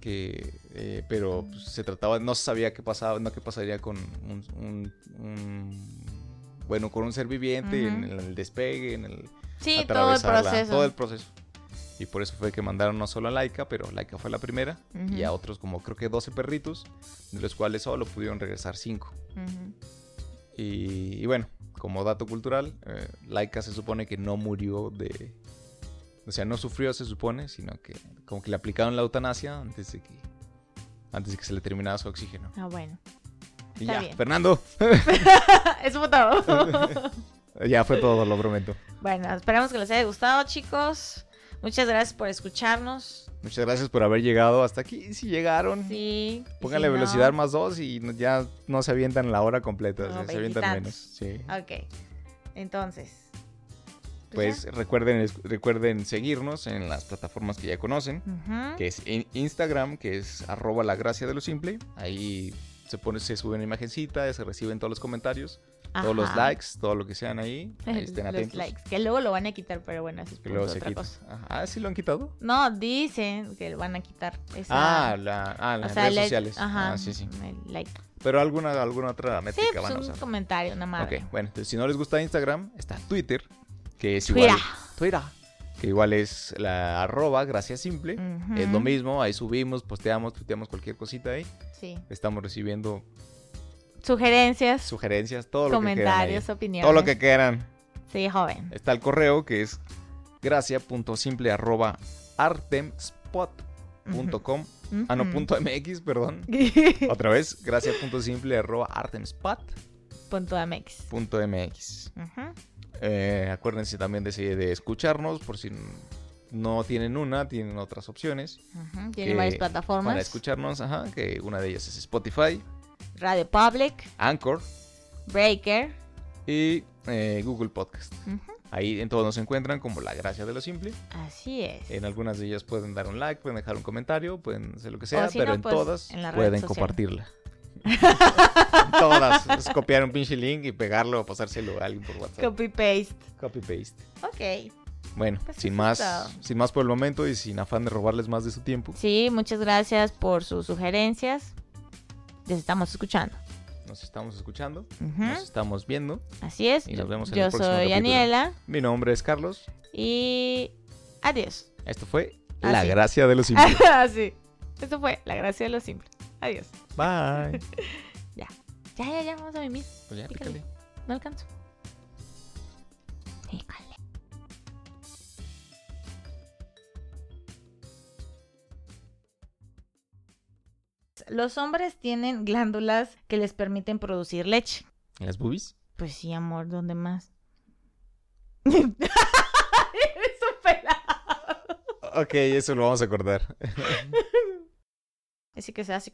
Speaker 1: que eh, pero pues, se trataba, no se sabía qué pasaba, no qué pasaría con un, un- un- bueno, con un ser viviente en
Speaker 2: Ujú.
Speaker 1: el, despegue, en el
Speaker 2: Sí, todo el
Speaker 1: atravesarla,
Speaker 2: proceso.
Speaker 1: todo el proceso. Y por eso fue que mandaron no solo a Laika, pero Laika fue la primera, y a
Speaker 2: Ujú.
Speaker 1: otros como creo que 12 perritos, de los cuales solo pudieron regresar 5.
Speaker 2: Ujú.
Speaker 1: Y, y bueno, como dato cultural, eh, Laika se supone que no murió de... O sea, no sufrió, se supone, sino que como que le aplicaron la eutanasia antes de que, antes de que se le terminara su oxígeno.
Speaker 2: Ah, bueno.
Speaker 1: Y
Speaker 2: Está
Speaker 1: ya,
Speaker 2: bien.
Speaker 1: Fernando.
Speaker 2: *laughs* Eso
Speaker 1: *laughs*
Speaker 2: fue todo.
Speaker 1: ya fue todo, lo prometo.
Speaker 2: bueno, esperamos que les haya gustado, chicos. Muchas gracias por escucharnos.
Speaker 1: Muchas gracias por haber llegado hasta aquí. Si llegaron,
Speaker 2: Sí. y
Speaker 1: pónganle
Speaker 2: si no-
Speaker 1: velocidad más dos y no- ya no se avientan la hora completa,
Speaker 2: No,
Speaker 1: se- se avientan menos.
Speaker 2: veintitantos. Ah,
Speaker 1: Sí.
Speaker 2: Ok. Entonces.
Speaker 1: Pues
Speaker 2: ya.
Speaker 1: recuerden, recuerden seguirnos en las plataformas que ya conocen.
Speaker 2: Ujú.
Speaker 1: que es en Instagram, que es arroba la gracia de lo simple. Ahí se pone, se sube una imagencita, se reciben todos los comentarios, todos los
Speaker 2: Ajá. *laughs*
Speaker 1: likes, todo lo que sean ahí. Ahí estén
Speaker 2: los
Speaker 1: atentos.
Speaker 2: likes, que luego lo van a quitar, pero bueno, eso es
Speaker 1: Que luego
Speaker 2: punto
Speaker 1: se
Speaker 2: otra
Speaker 1: quita.
Speaker 2: cosa.
Speaker 1: Ajá. Ah, sí lo han quitado.
Speaker 2: No, dicen que lo van a quitar. esa-
Speaker 1: Ah, la, ah,
Speaker 2: o
Speaker 1: las
Speaker 2: sea,
Speaker 1: redes
Speaker 2: el-
Speaker 1: sociales.
Speaker 2: Ajá,
Speaker 1: Ah, sí, sí.
Speaker 2: el like.
Speaker 1: Pero alguna, alguna otra
Speaker 2: Sí,
Speaker 1: métrica
Speaker 2: pues
Speaker 1: van a
Speaker 2: un
Speaker 1: usar.
Speaker 2: comentario, nada más.
Speaker 1: Ok, bueno, entonces si no les gusta Instagram, está Twitter, que es
Speaker 2: Twitter.
Speaker 1: igual. Twitter. Que igual es la arroba gracia simple.
Speaker 2: Ujú.
Speaker 1: Es lo mismo, ahí subimos, posteamos, tuiteamos cualquier cosita ahí.
Speaker 2: Sí.
Speaker 1: Estamos recibiendo
Speaker 2: Sugerencias,
Speaker 1: sugerencias, todo lo que quieran. ahí.
Speaker 2: comentarios, opiniones.
Speaker 1: Todo lo que quieran.
Speaker 2: Sí, joven.
Speaker 1: Está el correo que es gracia.simple.artemspot.com.
Speaker 2: Ujú.
Speaker 1: Ah, no,
Speaker 2: *laughs*
Speaker 1: punto MX, perdón. Otra vez, gracia.simple.artemspot.mx.
Speaker 2: Punto MX. Ujú.
Speaker 1: Eh, acuérdense también de, se- de escucharnos por si no tienen una, tienen otras opciones.
Speaker 2: Ujú. Tiene
Speaker 1: Que
Speaker 2: varias
Speaker 1: Para
Speaker 2: plataformas.
Speaker 1: escucharnos, ajá, que una de ellas es Spotify,
Speaker 2: Radio Public,
Speaker 1: Anchor
Speaker 2: Breaker.
Speaker 1: y eh, Google Podcast.
Speaker 2: Ujú.
Speaker 1: Ahí en todos nos encuentran como La Gracia de lo Simple.
Speaker 2: Así es.
Speaker 1: En algunas de ellas pueden dar un like, pueden dejar un comentario, pueden hacer lo que sea,
Speaker 2: si
Speaker 1: pero
Speaker 2: no,
Speaker 1: en
Speaker 2: pues,
Speaker 1: todas
Speaker 2: en la red
Speaker 1: pueden
Speaker 2: social. *laughs*
Speaker 1: compartirla. En todas. Es copiar un pinche link y pegarlo o pasárselo a alguien por WhatsApp.
Speaker 2: Copy paste.
Speaker 1: Copy paste.
Speaker 2: Ok.
Speaker 1: Bueno,
Speaker 2: Pues
Speaker 1: sin
Speaker 2: eso
Speaker 1: más,
Speaker 2: es
Speaker 1: sin más por el momento y sin afán de robarles más de su tiempo,
Speaker 2: Sí, muchas gracias por sus sugerencias. Les estamos escuchando.
Speaker 1: nos estamos escuchando,
Speaker 2: Ujú.
Speaker 1: nos estamos viendo.
Speaker 2: Así es.
Speaker 1: Y nos vemos en
Speaker 2: Yo
Speaker 1: el próximo
Speaker 2: soy
Speaker 1: capítulo.
Speaker 2: Daniela
Speaker 1: Mi nombre es Carlos.
Speaker 2: y adiós.
Speaker 1: Esto fue
Speaker 2: Ah,
Speaker 1: La
Speaker 2: sí.
Speaker 1: Gracia de los
Speaker 2: *laughs*
Speaker 1: Simples.
Speaker 2: Así. Esto fue la gracia de lo simple. Adiós.
Speaker 1: Bye.
Speaker 2: Ya, ya, ya, vamos a mimir.
Speaker 1: Pues ya,
Speaker 2: Pícale.
Speaker 1: pícale.
Speaker 2: No alcanzo. Híjole. Los hombres tienen glándulas que les permiten producir leche.
Speaker 1: ¿En las boobies?
Speaker 2: Pues sí, amor, ¿dónde más? *laughs* Eres un pelado.
Speaker 1: Ok, eso lo vamos a acordar. *laughs*
Speaker 2: Así que se hace.